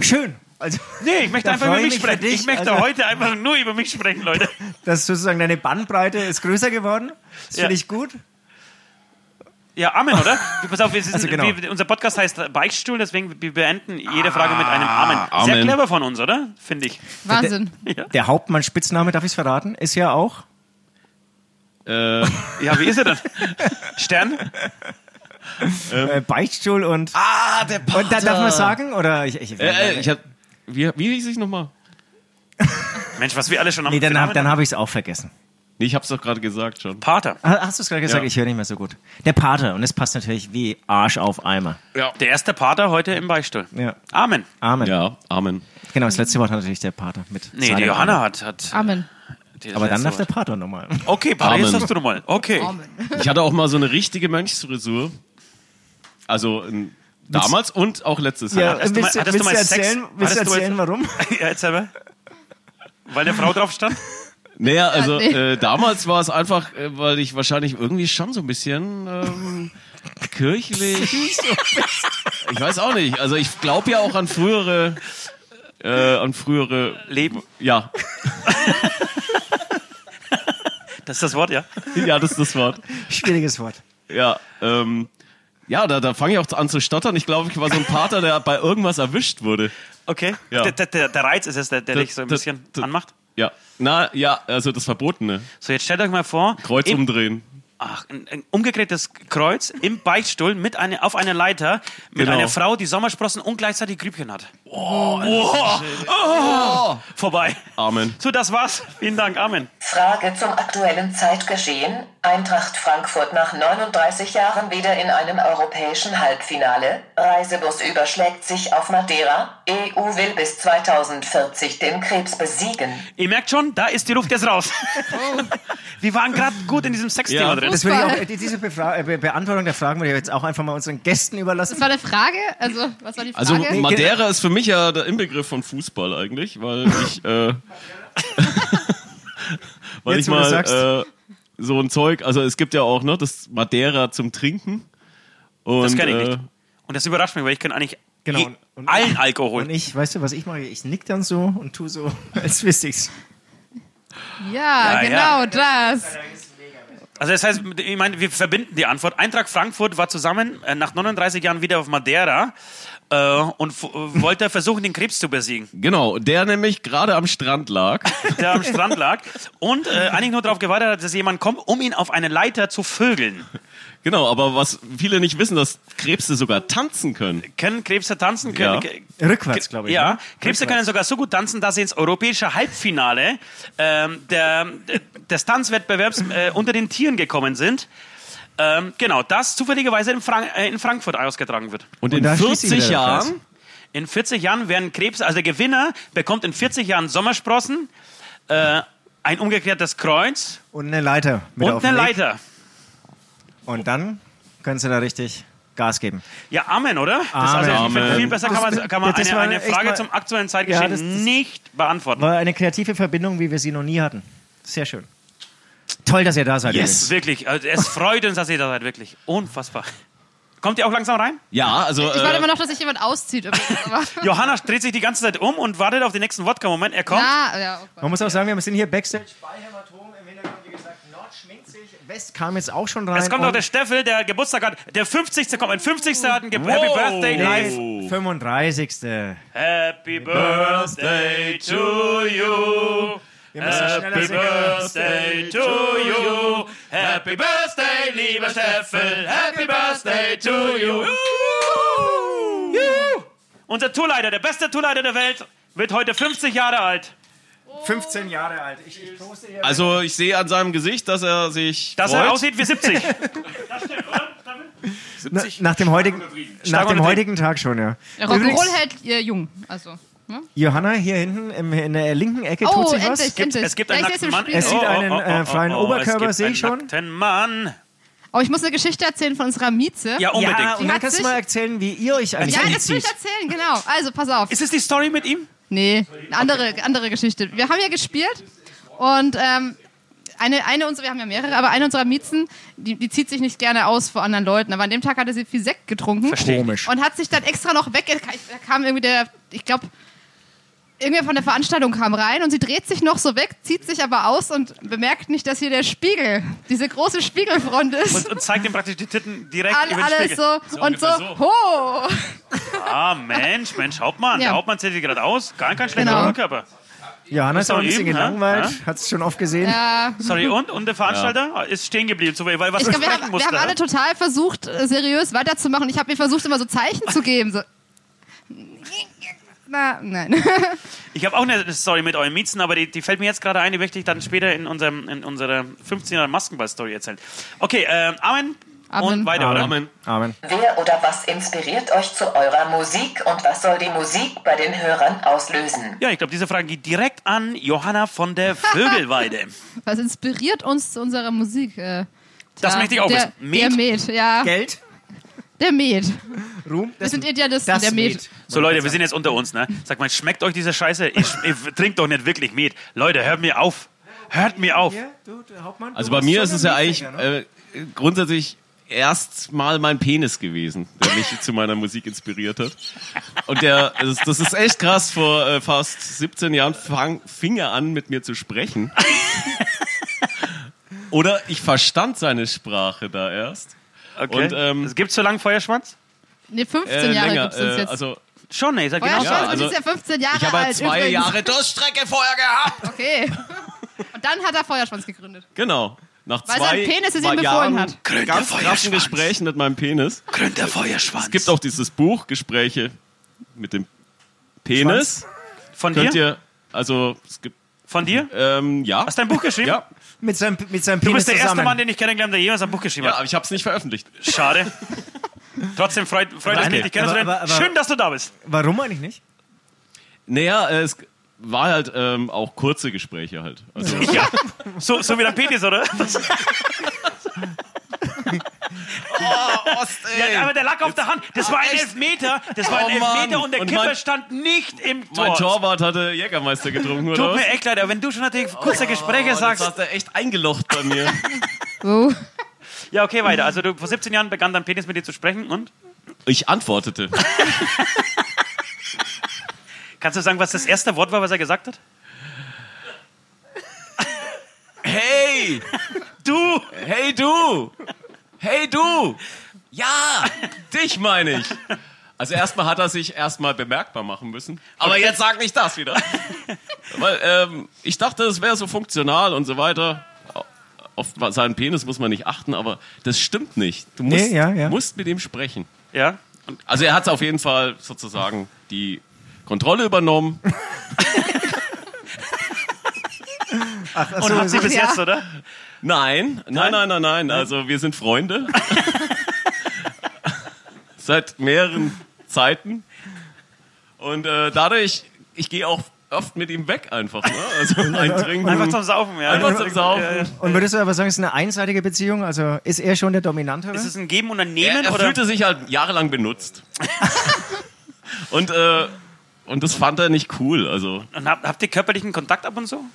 S3: Schön. Also,
S4: Nee, ich möchte
S3: da
S4: einfach
S3: freu
S4: über
S3: ich
S4: mich
S3: für
S4: sprechen.
S3: dich.
S4: ich möchte
S3: Also-
S4: heute einfach nur über mich sprechen, Leute.
S3: dass sozusagen deine Bandbreite ist größer geworden. Das
S4: Ja.
S3: finde ich gut.
S4: Ja, Amen,
S3: <laughs>
S4: oder? Wir- Pass auf, wir sind,
S3: Also genau. Ah,
S4: wir, unser Podcast heißt Beichtstuhl, deswegen wir beenden jede Frage mit einem Amen. Sehr
S6: Amen.
S4: clever von uns, oder? Finde ich.
S5: Wahnsinn.
S3: Der Hauptmann-Spitzname, darf ich es verraten, ist ja auch.
S6: Äh,
S4: <laughs> Ja, wie ist
S3: <laughs>
S4: er denn? Stern?
S3: Äh, Beichtstuhl und.
S6: ah, der Pater.
S3: und da, darf man sagen? Oder ich, ich,
S6: Äh, äh, ich hab, wie, wie hieß ich nochmal?
S4: Mensch, was wir alle schon am
S3: nee, dann habe
S4: Namen
S3: dann
S4: haben.
S3: hab ich es auch vergessen.
S6: Nee, ich hab's doch gerade gesagt schon.
S4: Pater.
S3: Ah, Hast du es gerade gesagt?
S6: Ja.
S3: Ich höre nicht mehr so gut. Der Pater, und das passt natürlich wie Arsch auf Eimer.
S4: Der erste Pater heute im Beichtstuhl.
S3: Ja.
S4: Amen.
S3: Amen.
S6: Ja, Amen.
S3: Genau, das letzte Wort hat natürlich der Pater mit.
S4: Nee,
S3: seinem
S4: die Johanna
S3: Amen.
S4: hat. hat
S5: Amen.
S4: die-
S3: Aber dann
S4: das- Oh,
S3: darf der Pater nochmal.
S4: Okay, Pater, jetzt
S6: Amen.
S4: darfst du nochmal. Okay.
S6: Ich hatte auch mal so eine richtige Mönchsfrisur. Also ähm, damals und auch letztes Jahr.
S4: hattest du mal-
S3: willst du,
S4: hattest du
S3: willst du
S4: mal Sex?
S3: erzählen, willst du
S4: Hattest du
S3: erzählen warum?
S4: <laughs> Ja, jetzt aber. Weil der Frau drauf stand?
S6: Naja, also
S5: Ah, nee.
S6: äh, damals war es einfach, äh, weil ich wahrscheinlich irgendwie schon so ein bisschen ähm, kirchlich. ich weiß auch nicht. Also ich glaube ja auch an frühere, äh, an frühere
S4: Leben.
S6: Ja, <laughs>
S4: Das ist das Wort, ja?
S6: ja, das ist das Wort.
S3: Schwieriges Wort.
S6: Ja, ähm, ja, da, da fange ich auch an zu stottern. Ich glaube, ich war so ein Pater, der bei irgendwas erwischt wurde.
S4: Okay.
S6: Ja.
S4: Der, der, der Reiz ist es, der, der
S6: Da-
S4: dich so ein
S6: da-
S4: bisschen
S6: da-
S4: anmacht.
S6: Ja, na, ja, also das Verbotene.
S4: So, jetzt stellt euch mal vor.
S6: Kreuz
S4: im-
S6: umdrehen.
S4: Ach, ein, ein umgedrehtes Kreuz im Beichtstuhl mit eine, auf einer Leiter mit
S6: Genau.
S4: einer Frau, die Sommersprossen und gleichzeitig Grübchen hat. Oh, oh, Vorbei.
S6: Amen.
S4: So, das war's. Vielen Dank. Amen.
S2: Frage zum aktuellen Zeitgeschehen. Eintracht Frankfurt nach 39 Jahren wieder in einem europäischen Halbfinale. Reisebus überschlägt sich auf Madeira. EU will bis 2040 den Krebs besiegen.
S4: Ihr merkt schon, da ist die Luft jetzt raus.
S3: Oh.
S4: Wir waren gerade gut in diesem Sexthema
S6: Ja.
S4: drin.
S3: Das würde ich
S5: Fußball.
S3: auch, diese Befra äh, Be Beantwortung der Fragen würde ich jetzt auch einfach mal unseren Gästen überlassen.
S5: Das war eine Frage? Also, was war die Frage?
S6: Also Madeira ist für mich ja der Inbegriff von Fußball eigentlich, weil
S3: <laughs>
S6: ich, äh, weil
S3: Jetzt,
S6: ich
S3: wo du
S6: mal
S3: sagst.
S6: äh, so ein Zeug, also es gibt ja auch ne, das Madeira zum Trinken. Und,
S4: Das kenne ich
S6: äh,
S4: nicht. Und das überrascht mich, weil ich kann eigentlich
S3: Genau.
S4: je-
S3: Und- und-
S4: allen Alkohol.
S3: Und ich, weißt du, was ich mache? Ich nick dann so und tu so, <laughs> als wüsste ich's.
S4: Ja,
S5: ja, genau
S4: ja. Äh.
S5: das.
S4: Also das heißt, ich meine, wir verbinden die Antwort. Eintracht Frankfurt war zusammen äh, nach 39 Jahren wieder auf Madeira äh, und f- wollte versuchen, den Krebs zu besiegen,
S6: Genau, der nämlich gerade am
S3: <laughs>
S6: Strand lag.
S4: der am Strand lag. Und äh, eigentlich nur darauf gewartet hat, dass jemand kommt, um ihn auf eine Leiter zu vögeln.
S6: genau, aber was viele nicht wissen, dass Krebse sogar tanzen können.
S4: Können Krebse tanzen? Können,
S6: Ja.
S3: Rückwärts, glaube ich.
S4: Ja,
S3: ne?
S4: Krebse können sogar so gut tanzen, dass sie ins europäische Halbfinale ähm, der, des Tanzwettbewerbs äh, unter den Tieren gekommen sind. Ähm, genau, das zufälligerweise in, Frank äh, in Frankfurt ausgetragen wird.
S6: Und,
S3: Und
S6: in
S3: da schließt sich
S6: 40
S3: wieder der
S6: Jahren,
S4: In 40 Jahren werden Krebs, also der Gewinner bekommt in 40 Jahren Sommersprossen, äh, ein umgekehrtes Kreuz
S3: Und eine Leiter mit auf
S4: und
S3: den
S4: eine
S3: Weg.
S4: Leiter.
S3: Und dann können sie da richtig Gas geben.
S4: Ja, Amen, oder? Das
S3: Amen.
S4: Also, ich finde,
S6: Amen.
S4: Viel besser kann man, kann man
S3: Das- das
S4: eine,
S3: war
S4: eine
S3: echt
S4: Frage
S3: mal-
S4: zum aktuellen Zeitgeschehen
S3: Ja, das- das-
S4: nicht beantworten.
S3: War eine kreative Verbindung, wie wir sie noch nie hatten. Sehr schön. Toll, dass ihr da seid.
S6: Yes.
S3: übrigens.
S4: Wirklich, also es freut uns, dass ihr da seid, wirklich. Unfassbar. Kommt ihr auch langsam rein?
S6: ja, also
S5: Ich warte
S6: äh,
S5: immer noch, dass sich jemand auszieht. übrigens, aber-
S3: <laughs>
S4: Johanna dreht sich die ganze Zeit um und wartet auf den nächsten Wodka-Moment. Er kommt.
S5: Na, ja, oh Gott.
S3: Man muss auch sagen, wir sind hier Backstage bei Hämatom. Im Hintergrund, wie gesagt, Nord schminkt sich. West kam jetzt auch schon rein.
S4: Es kommt
S3: und
S4: auch der Steffel, der Geburtstag hat. Der 50. kommt. Ein 50. hat ein Ge Happy Birthday live.
S3: Nee, 35. Wir
S4: Happy Birthday to you.
S3: müssen schneller
S4: Äh, Happy
S3: singen.
S4: Birthday to you. Happy Birthday, lieber Steffel. Happy Birthday to you. Juhu. Unser Tourleiter, der beste Tourleiter der Welt, wird heute 50 Jahre alt.
S3: 15 Jahre alt. Ich, ich poste hier.
S6: also ich sehe an seinem Gesicht, dass er sich
S4: Dass
S6: freut.
S4: er aussieht wie
S5: <laughs>
S4: 70. Das stimmt, oder?
S3: Na, nach dem heutigen, nach dem
S4: untertrieben.
S3: heutigen Tag schon, ja.
S5: Rock'n'Roll hält ihr jung. Also. Ne?
S3: Johanna hier hinten im, in der linken Ecke tut
S5: Oh,
S3: sich
S5: endlich,
S3: was.
S4: Gibt,
S5: endlich.
S4: es gibt
S5: Ja,
S4: einen
S5: ich seh's
S4: nackten
S5: im
S4: Mann. Oh,
S5: Spiegel.
S3: Es sieht einen, äh, freien Oberkörper,
S4: es gibt
S3: sehe ich
S4: einen
S3: schon.
S4: Nackten Mann.
S5: Aber Oh, ich muss eine Geschichte erzählen von unserer Mieze.
S4: Ja, unbedingt.
S3: Ja, und
S5: Die
S3: dann
S5: hat
S3: kannst du
S5: sich-
S3: mal erzählen, wie ihr euch eigentlich
S5: Ja, das will
S3: anzieht.
S5: ich erzählen, genau. Also, pass auf.
S4: Ist es die Story mit ihm?
S5: Nee, eine andere, andere Geschichte. Wir haben ja gespielt und ähm, eine, eine unserer, wir haben ja mehrere, aber eine unserer Miezen, die, die zieht sich nicht gerne aus vor anderen Leuten. Aber an dem Tag hatte sie viel Sekt getrunken
S3: Komisch.
S5: und hat sich dann extra noch weg. Da kam irgendwie der, ich glaube, irgendwer von der Veranstaltung kam rein und sie dreht sich noch so weg, zieht sich aber aus und bemerkt nicht, dass hier der Spiegel, diese große Spiegelfront ist.
S4: Und, und zeigt ihm praktisch die Titten direkt
S5: All,
S4: über den
S5: alles
S4: Spiegel.
S5: so, und so,
S6: ungefähr
S5: ho!
S4: Ah, Mensch, Mensch, Hauptmann.
S5: Ja.
S4: Der Hauptmann zählt sich gerade aus. Gar kein schlechter
S5: Genau.
S4: Oberkörper.
S3: Johanna ist
S4: Ist
S3: auch
S4: doch
S3: ein bisschen
S4: eben, ne? hä?
S3: gelangweilt, hat es schon oft gesehen.
S5: Ja.
S4: Sorry,
S6: <laughs>
S4: und? Und der Veranstalter ist stehen geblieben, so, weil weil was
S5: Ich glaube, wir,
S4: besprechen
S5: haben- wir
S4: musste.
S5: haben alle total versucht, äh, seriös weiterzumachen. Ich habe mir versucht, immer so Zeichen zu geben. So. Na, nein. <laughs>
S4: ich habe auch eine Story mit euren Miezen, aber die, die fällt mir jetzt gerade ein, die möchte ich dann später in, unserem, in unserer 15er Maskenball-Story erzählen. Okay, äh, Amen.
S5: Amen.
S4: Und weiter, oder?
S6: Amen.
S3: Amen.
S2: Wer oder was inspiriert euch zu eurer Musik und was soll die Musik bei den Hörern auslösen?
S4: Ja, ich glaube, diese Frage geht direkt an Johanna von der
S5: <laughs>
S4: Vögelweide.
S5: Was inspiriert uns zu unserer Musik? Äh,
S4: Das
S5: da-
S4: möchte ich auch
S5: der,
S4: wissen. Met?
S5: Der Met, ja.
S3: Geld,
S5: Der Met.
S3: Ruhm,
S5: Wir sind Idealisten, der Met.
S4: So Leute, wir sind jetzt unter uns, ne? Sag mal, schmeckt euch diese Scheiße? Ich, ich trinke doch nicht wirklich Met. Leute, hört mir auf. Hört mir auf.
S3: Ja, du, du, Hauptmann,
S6: Also
S3: du
S6: bei
S3: warst
S6: mir
S3: schon
S6: ist es
S3: ein
S6: ja eigentlich
S3: Liedsänger, ne?
S6: äh, grundsätzlich erstmal mein Penis gewesen, der mich <laughs> zu meiner Musik inspiriert hat. Und der, das, ist- das ist echt krass, vor äh, fast 17 Jahren fang, fing er an, mit mir
S5: <laughs>
S6: zu sprechen. Oder ich verstand seine Sprache da erst.
S4: Okay.
S6: Und, ähm,
S4: es gibt so lange Feuerschwanz?
S5: Nee,
S6: Äh,
S5: 15 Jahre
S6: länger,
S5: gibt es uns
S6: äh,
S5: jetzt.
S6: Also
S4: Schon, ne? Ich sag
S5: Euer
S4: genau.
S5: Schwanz
S4: so.
S5: wird
S6: also
S5: jetzt ja 15 Jahre
S6: ich habe halt
S5: alt.
S6: zwei
S5: übrigens.
S6: Jahre Durststrecke vorher gehabt.
S5: Okay. Und dann hat er Feuerschwanz gegründet.
S6: Genau. Nach
S5: Weil
S6: zwei
S5: sein Penis es ihm
S6: Ma-
S5: befohlen
S6: Jahren
S5: hat.
S4: Gründer
S6: Ganz krassen
S4: Feuerschwanz.
S6: Gesprächen mit meinem Penis.
S4: Gründer Feuerschwanz.
S6: Es gibt auch dieses Buch Gespräche mit dem Penis.
S4: von dir?
S6: Könnt ihr, also es gibt
S4: Von dir?
S6: Ähm, ja.
S4: Hast du ein Buch geschrieben?
S6: Ja.
S3: Mit seinem, mit seinem
S4: äh, Du
S3: Penis
S4: bist der erste
S3: zusammen.
S4: Mann, den ich kennengelernt habe, der jemals ein Buch geschrieben
S6: ja,
S4: hat.
S6: aber ich habe es nicht veröffentlicht.
S4: Schade. Trotzdem freut, freut es
S3: Nein,
S4: mich, dich
S3: aber-
S4: kennenzulernen.
S3: aber- aber-
S4: Schön, dass du da bist.
S3: Warum eigentlich nicht?
S6: Naja, äh, es war halt ähm, auch kurze Gespräche halt. Also,
S4: <laughs> Ja. So, so wie der Penis, oder? Das,
S6: <laughs> Ost, ey.
S4: aber der lag auf der Hand. Das war ein
S6: echt?
S4: Elfmeter. Das war ein
S6: Oh, Mann.
S4: Elfmeter und der
S6: Und
S4: Kipper
S6: mein-
S4: stand nicht im Tor.
S6: mein Torwart hatte Jägermeister getrunken, oder?
S4: Tut
S6: was?
S4: mir echt leid, aber wenn du schon natürlich kurze Gespräche
S6: Oh, das
S4: sagst.
S6: hast du echt eingelocht bei
S4: <laughs>
S6: mir.
S5: Oh.
S4: Ja, okay, weiter. Also du, vor 17 Jahren begann dein Penis mit dir zu sprechen und?
S6: Ich antwortete.
S4: Kannst du sagen, was das erste Wort war, was er gesagt hat?
S6: Hey!
S4: Du!
S6: Hey du! Hey du! Ja! Dich meine ich! Also erstmal hat er sich erstmal bemerkbar machen müssen. Aber jetzt sag nicht das wieder. Weil ähm, ich dachte, es wäre so funktional und so weiter. Auf seinen Penis muss man nicht achten, aber das stimmt nicht. Du musst,
S3: Nee, ja, ja.
S6: musst mit ihm sprechen.
S4: Ja.
S6: Also er hat auf jeden Fall sozusagen die Kontrolle übernommen.
S3: Ach, ach
S4: Und
S3: so,
S4: habt ihr
S3: so.
S4: bis
S5: Ja.
S4: jetzt, oder?
S6: Nein, nein, nein, nein, nein. Also wir sind Freunde. <laughs> Seit mehreren Zeiten. Und äh, dadurch, ich gehe auch oft mit ihm weg einfach. Ne? Also ein
S4: <laughs>
S6: Trinken.
S4: Einfach zum Saufen, ja.
S6: Einfach zum Saufen.
S4: Ja, ja.
S3: Und würdest du aber sagen, es ist eine einseitige Beziehung? Also ist er schon der Dominantere?
S4: Ist es ein Geben und ein
S6: er,
S4: Nehmen?
S6: er
S4: oder?
S6: fühlte sich halt jahrelang
S4: <laughs>
S6: benutzt. und, äh, und das fand er nicht cool. Also
S4: Und habt, habt ihr körperlichen Kontakt ab und zu?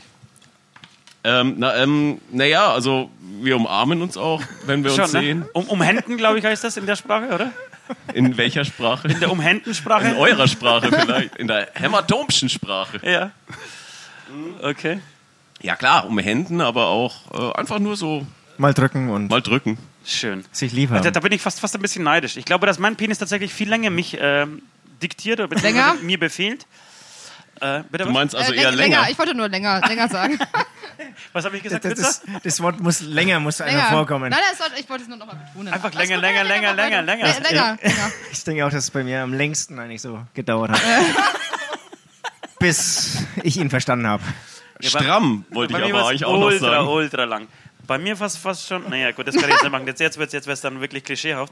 S6: ähm, na, ähm, naja, also wir umarmen uns auch, wenn wir uns
S4: ne?
S6: sehen.
S4: Um, umhänden, glaube ich, heißt das in der Sprache, oder?
S6: In welcher Sprache?
S4: Der Umhändensprache?
S6: In eurer Sprache vielleicht. In der hämatomschen Sprache.
S4: Ja.
S6: Mhm.
S4: Okay.
S6: Ja klar, um Händen, aber auch äh, einfach nur so
S3: mal drücken und
S6: mal drücken.
S4: Schön.
S3: sich lieb haben.
S4: Da, da bin ich fast, fast ein bisschen neidisch. Ich glaube, dass mein Penis tatsächlich viel länger mich ähm, diktiert oder beziehungsweise
S5: Länger?
S4: mir befehlt. Äh, bitte
S6: Du
S4: was?
S6: meinst also
S5: Äh,
S6: eher
S5: läng-
S6: länger.
S5: Ich wollte nur länger, länger sagen.
S4: was habe ich gesagt?
S3: das,
S4: Kürzer?
S3: das, das Wort muss länger muss
S5: länger.
S3: einer vorkommen.
S5: Nein, nein, es sollte- ich wollte es nur nochmal betonen.
S4: Einfach
S5: Alles
S4: länger,
S5: gut,
S4: länger, länger,
S5: mach weiter.
S4: länger,
S5: Länger, länger.
S3: Ich denke auch, dass es bei mir am längsten eigentlich so gedauert
S5: <laughs>
S3: hat. Bis ich ihn verstanden habe.
S6: Stramm wollte ich
S4: Bei mir
S6: aber
S4: war's
S6: eigentlich auch noch
S4: ultra,
S6: sagen.
S4: ultra lang. Bei mir fast, fast schon. Naja, gut, das kann ich jetzt nicht machen. Jetzt, jetzt wird es jetzt wär's dann wirklich klischeehaft.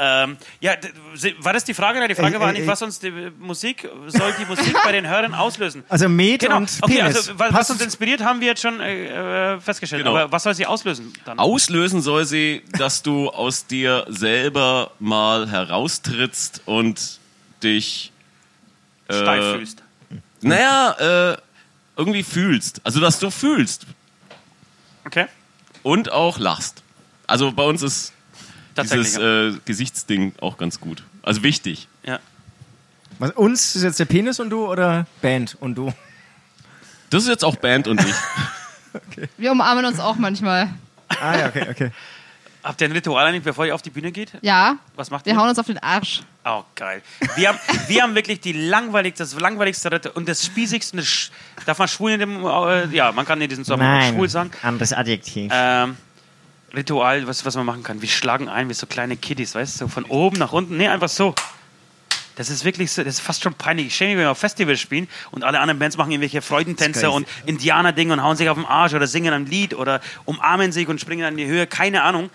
S4: Ähm, ja, d- se- war das die Frage? Nein, die Frage
S3: Ey,
S4: war
S3: ey,
S4: nicht,
S3: ey.
S4: was uns die Musik, soll die Musik bei den Hörern auslösen?
S3: Also Met <laughs>
S4: Genau,
S3: und
S4: okay,
S3: Penis.
S4: also was, was
S3: Passt
S4: uns inspiriert, haben wir jetzt schon äh, äh, festgestellt.
S6: Genau.
S4: Aber was soll sie auslösen dann?
S6: Auslösen soll sie, dass du aus dir selber mal heraustrittst und dich, Äh,
S4: Steif fühlst.
S6: naja, äh, irgendwie fühlst. Also, dass du fühlst
S4: Okay,
S6: und auch lachst. Also bei uns ist
S4: tatsächlich.
S6: dieses äh, Gesichtsding auch ganz gut. Also wichtig.
S4: ja.
S3: was, uns ist jetzt der Penis und du oder Band und du?
S6: Das ist jetzt auch Band und ich.
S5: Wir umarmen uns auch manchmal.
S3: Ah ja, okay, okay.
S4: Habt ihr ein Ritual eigentlich, bevor ihr auf die Bühne geht?
S5: Ja,
S4: Was macht
S5: wir
S4: ihr?
S5: hauen uns auf den Arsch.
S4: Oh, geil. Wir haben, wir haben wirklich die langweiligste, das langweiligste Ritte und das spießigste. das Sch- Darf man schwul in dem. Äh, ja, man kann in diesem Zusammenhang schwul sagen.
S3: anderes Adjektiv.
S4: Ähm, Ritual, was, was man machen kann. Wir schlagen ein wie so kleine Kiddies, weißt du? So von oben nach unten. Nee, einfach so. Das ist wirklich so, das ist fast schon peinlich. Ich schäme mich, wenn wir auf Festivals spielen und alle anderen Bands machen irgendwelche Freudentänze
S3: crazy.
S4: und Indianerdinge und hauen sich auf den Arsch oder singen ein Lied oder umarmen sich und springen an die Höhe, keine Ahnung.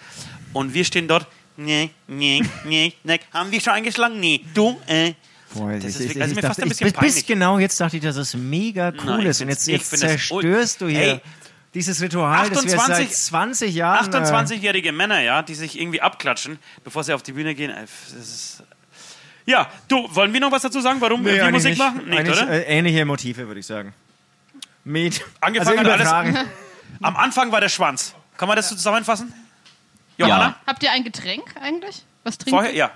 S4: Und wir stehen dort, nee, nee, nee, nee, haben wir schon eingeschlagen? Nee, du, äh.
S3: Boah,
S4: das
S3: ich-
S4: ist
S3: ich-
S4: wirklich-
S3: ich
S4: also mir
S3: dachte-
S4: fast ein
S3: ich-
S4: bisschen
S3: bis, bis
S4: peinlich.
S3: genau jetzt dachte ich, dass es mega cool
S4: Nein, ich
S3: ist. Und
S4: find's-
S3: jetzt,
S4: ich
S3: jetzt
S4: find es-
S3: zerstörst du hier
S4: Ey.
S3: dieses Ritual, das wir
S4: 28
S3: seit 20 Jahren... äh,
S4: 28-jährige Männer, ja, die sich irgendwie abklatschen, bevor sie auf die Bühne gehen. Äh, Das ist ja, du, wollen wir noch was dazu sagen, warum
S3: Nee,
S4: wir
S3: eigentlich
S4: Musik
S3: nicht.
S4: machen? Nicht,
S3: Eigentlich,
S4: oder?
S3: äh, ähnliche Motive, würde ich sagen. Mit.
S4: Angefangen
S3: also
S4: hat alles-
S3: übertragen.
S4: Am Anfang war der Schwanz. Kann man das so zusammenfassen? Johanna?
S5: Habt ihr ein Getränk eigentlich? Was trinkt
S4: Vorher?
S5: ihr?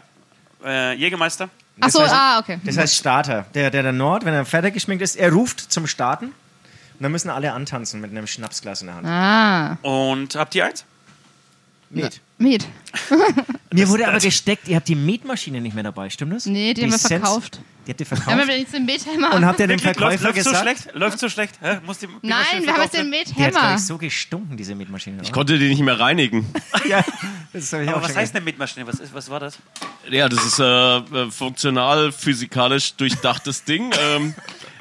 S4: Ja. Äh, Jägermeister.
S5: Achso,
S3: Das heißt-
S5: ah, okay.
S3: Das heißt Starter. Der, der, der Nord, wenn er fertig geschminkt ist, er ruft zum Starten. Und dann müssen alle antanzen mit einem Schnapsglas in der Hand.
S5: Ah,
S4: Und habt ihr eins?
S3: Met.
S5: Miet.
S3: Mir wurde aber gesteckt, ihr habt die Metmaschine nicht mehr dabei, stimmt das?
S5: Nee, die haben wir
S3: Cent-
S5: verkauft.
S3: Die habt ihr
S5: Ja, aber
S3: verkauft?
S5: wenn ich den Methämmer.
S3: Und
S4: <laughs>
S3: habt ihr dem
S4: Wirklich? Läuft,
S3: Verkäufer
S4: läuft so
S3: gesagt?
S4: schlecht? Läuft so schlecht? Hä? Muss die, die Maschine
S5: Nein, wir haben jetzt
S4: verkauft werden?
S5: den
S3: Die hat, glaube
S5: Methämmer.
S3: ich, so gestunken, diese Metmaschine.
S6: Ich konnte die nicht mehr reinigen.
S3: ja, <laughs> das hab ich
S4: Aber
S3: auch
S4: was
S3: schon
S4: heißt denn Mitmaschine? Was, ist, was war das?
S6: <laughs> Ja, das ist äh, äh, funktional, physikalisch durchdachtes Ding. Ähm,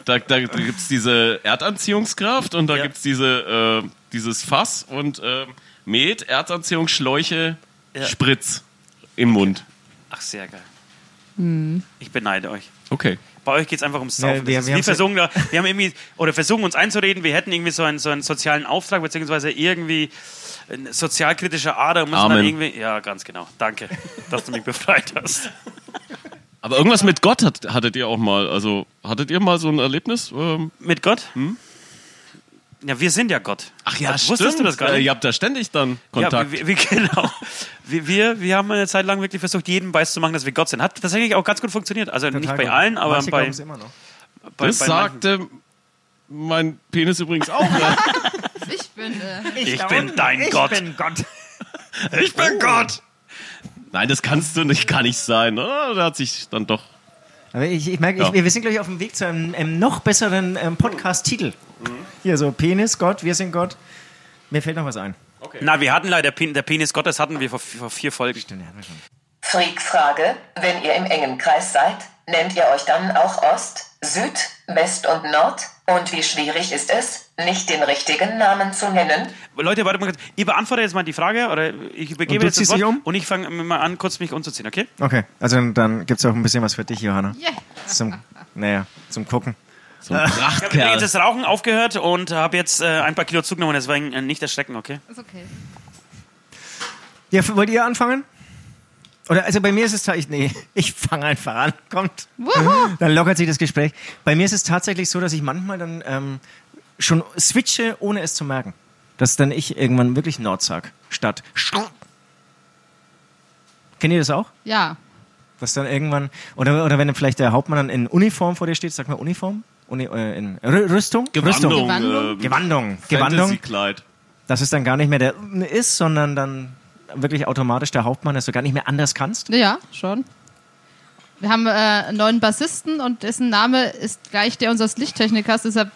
S6: Da, da, da gibt es diese Erdanziehungskraft und da
S4: Ja.
S6: gibt's gibt es diese, äh, dieses Fass und äh, Met, Erdanziehung, Schläuche,
S4: Ja.
S6: Spritz im Mund.
S4: Ach, sehr geil.
S5: Hm.
S4: Ich beneide euch.
S6: Okay.
S4: Bei euch geht es einfach ums
S3: Ja, wir-
S4: Saufen. wir, das
S3: wir
S4: ist wie
S3: haben's ja-
S4: versuchen, da, wir haben irgendwie, oder versuchen uns einzureden, wir hätten irgendwie so einen, so einen sozialen Auftrag, beziehungsweise irgendwie eine sozialkritische Ader und müssen
S6: Amen.
S4: dann irgendwie. Ja, ganz genau. Danke, dass du mich befreit hast.
S6: Aber irgendwas mit Gott hat, hattet ihr auch mal. Also hattet ihr mal so ein Erlebnis? Ähm,
S4: Mit Gott? Ja, wir sind ja Gott. Also, Wusstest du das gar
S6: Äh,
S4: nicht?
S6: ihr habt da ständig dann
S4: Ja,
S6: Kontakt.
S4: wir, wir, genau. Wir, wir, wir haben eine Zeit lang wirklich versucht, jedem weiszumachen, dass wir Gott sind. Hat tatsächlich auch ganz gut funktioniert. Also nicht bei allen, aber
S3: Manche
S4: bei,
S3: glauben's immer noch.
S4: bei,
S6: das
S4: bei manchen.
S6: sagte mein Penis übrigens auch. <laughs>
S5: Ich äh, finde.
S4: Ich bin dein Gott.
S3: Gott.
S6: Ich
S4: Oh.
S6: bin Gott! Nein, das kannst du nicht, kann nicht sein. Oh, da hat sich dann doch.
S3: Aber ich, ich merke, ich,
S6: Ja.
S3: wir sind gleich auf dem Weg zu einem, einem noch besseren ähm, Podcast-Titel.
S4: Mhm.
S3: Hier so Penis, Gott, wir sind Gott. Mir fällt noch was ein.
S4: Na, wir hatten leider Pen, der Penis Gottes hatten wir vor, vor vier Folgen.
S2: Freak-Frage, wenn ihr im engen Kreis seid, nennt ihr euch dann auch Ost, Süd, West und Nord? Und wie schwierig ist es, nicht den richtigen Namen zu nennen?
S4: Leute, warte mal kurz. Ihr beantwortet jetzt mal die Frage oder ich
S3: Und
S4: übergebe
S3: du
S4: jetzt das
S3: ziehst dich
S4: Wort
S3: um?
S4: und ich fange mal an, kurz mich umzuziehen, okay?
S3: Okay, also dann gibt es auch ein bisschen was für dich, Johanna.
S5: Yeah.
S3: <laughs> Zum, naja, zum Gucken.
S6: So ein
S4: Ich habe
S6: Prachtkerl.
S4: übrigens das Rauchen aufgehört und habe jetzt äh, ein paar Kilo zugenommen, deswegen äh, nicht erschrecken, okay?
S5: Ist okay.
S3: Ja, f- wollt ihr anfangen? Oder also bei mir ist es tatsächlich, nee, <laughs> ich fange einfach an, kommt. Dann lockert sich das Gespräch. Bei mir ist es tatsächlich so, dass ich manchmal dann ähm, schon switche, ohne es zu merken. Dass dann ich irgendwann wirklich Nord sag, statt Sch- Kennt ihr das auch?
S5: Ja.
S3: Dass dann irgendwann, oder, oder wenn vielleicht der Hauptmann dann in Uniform vor dir steht, sag mal Uniform, Uni, äh, in Rü- Rüstung? Rüstung.
S5: Gewandung.
S6: Gewandung. äh,
S3: Gewandung. Gewandung.
S6: Fantasy-Kleid.
S3: Dass es dann gar nicht mehr der ist, sondern dann wirklich automatisch der Hauptmann, dass du gar nicht mehr anders kannst.
S5: Ja, schon. Wir haben äh, einen neuen Bassisten und dessen Name ist gleich der unseres Lichttechnikers, deshalb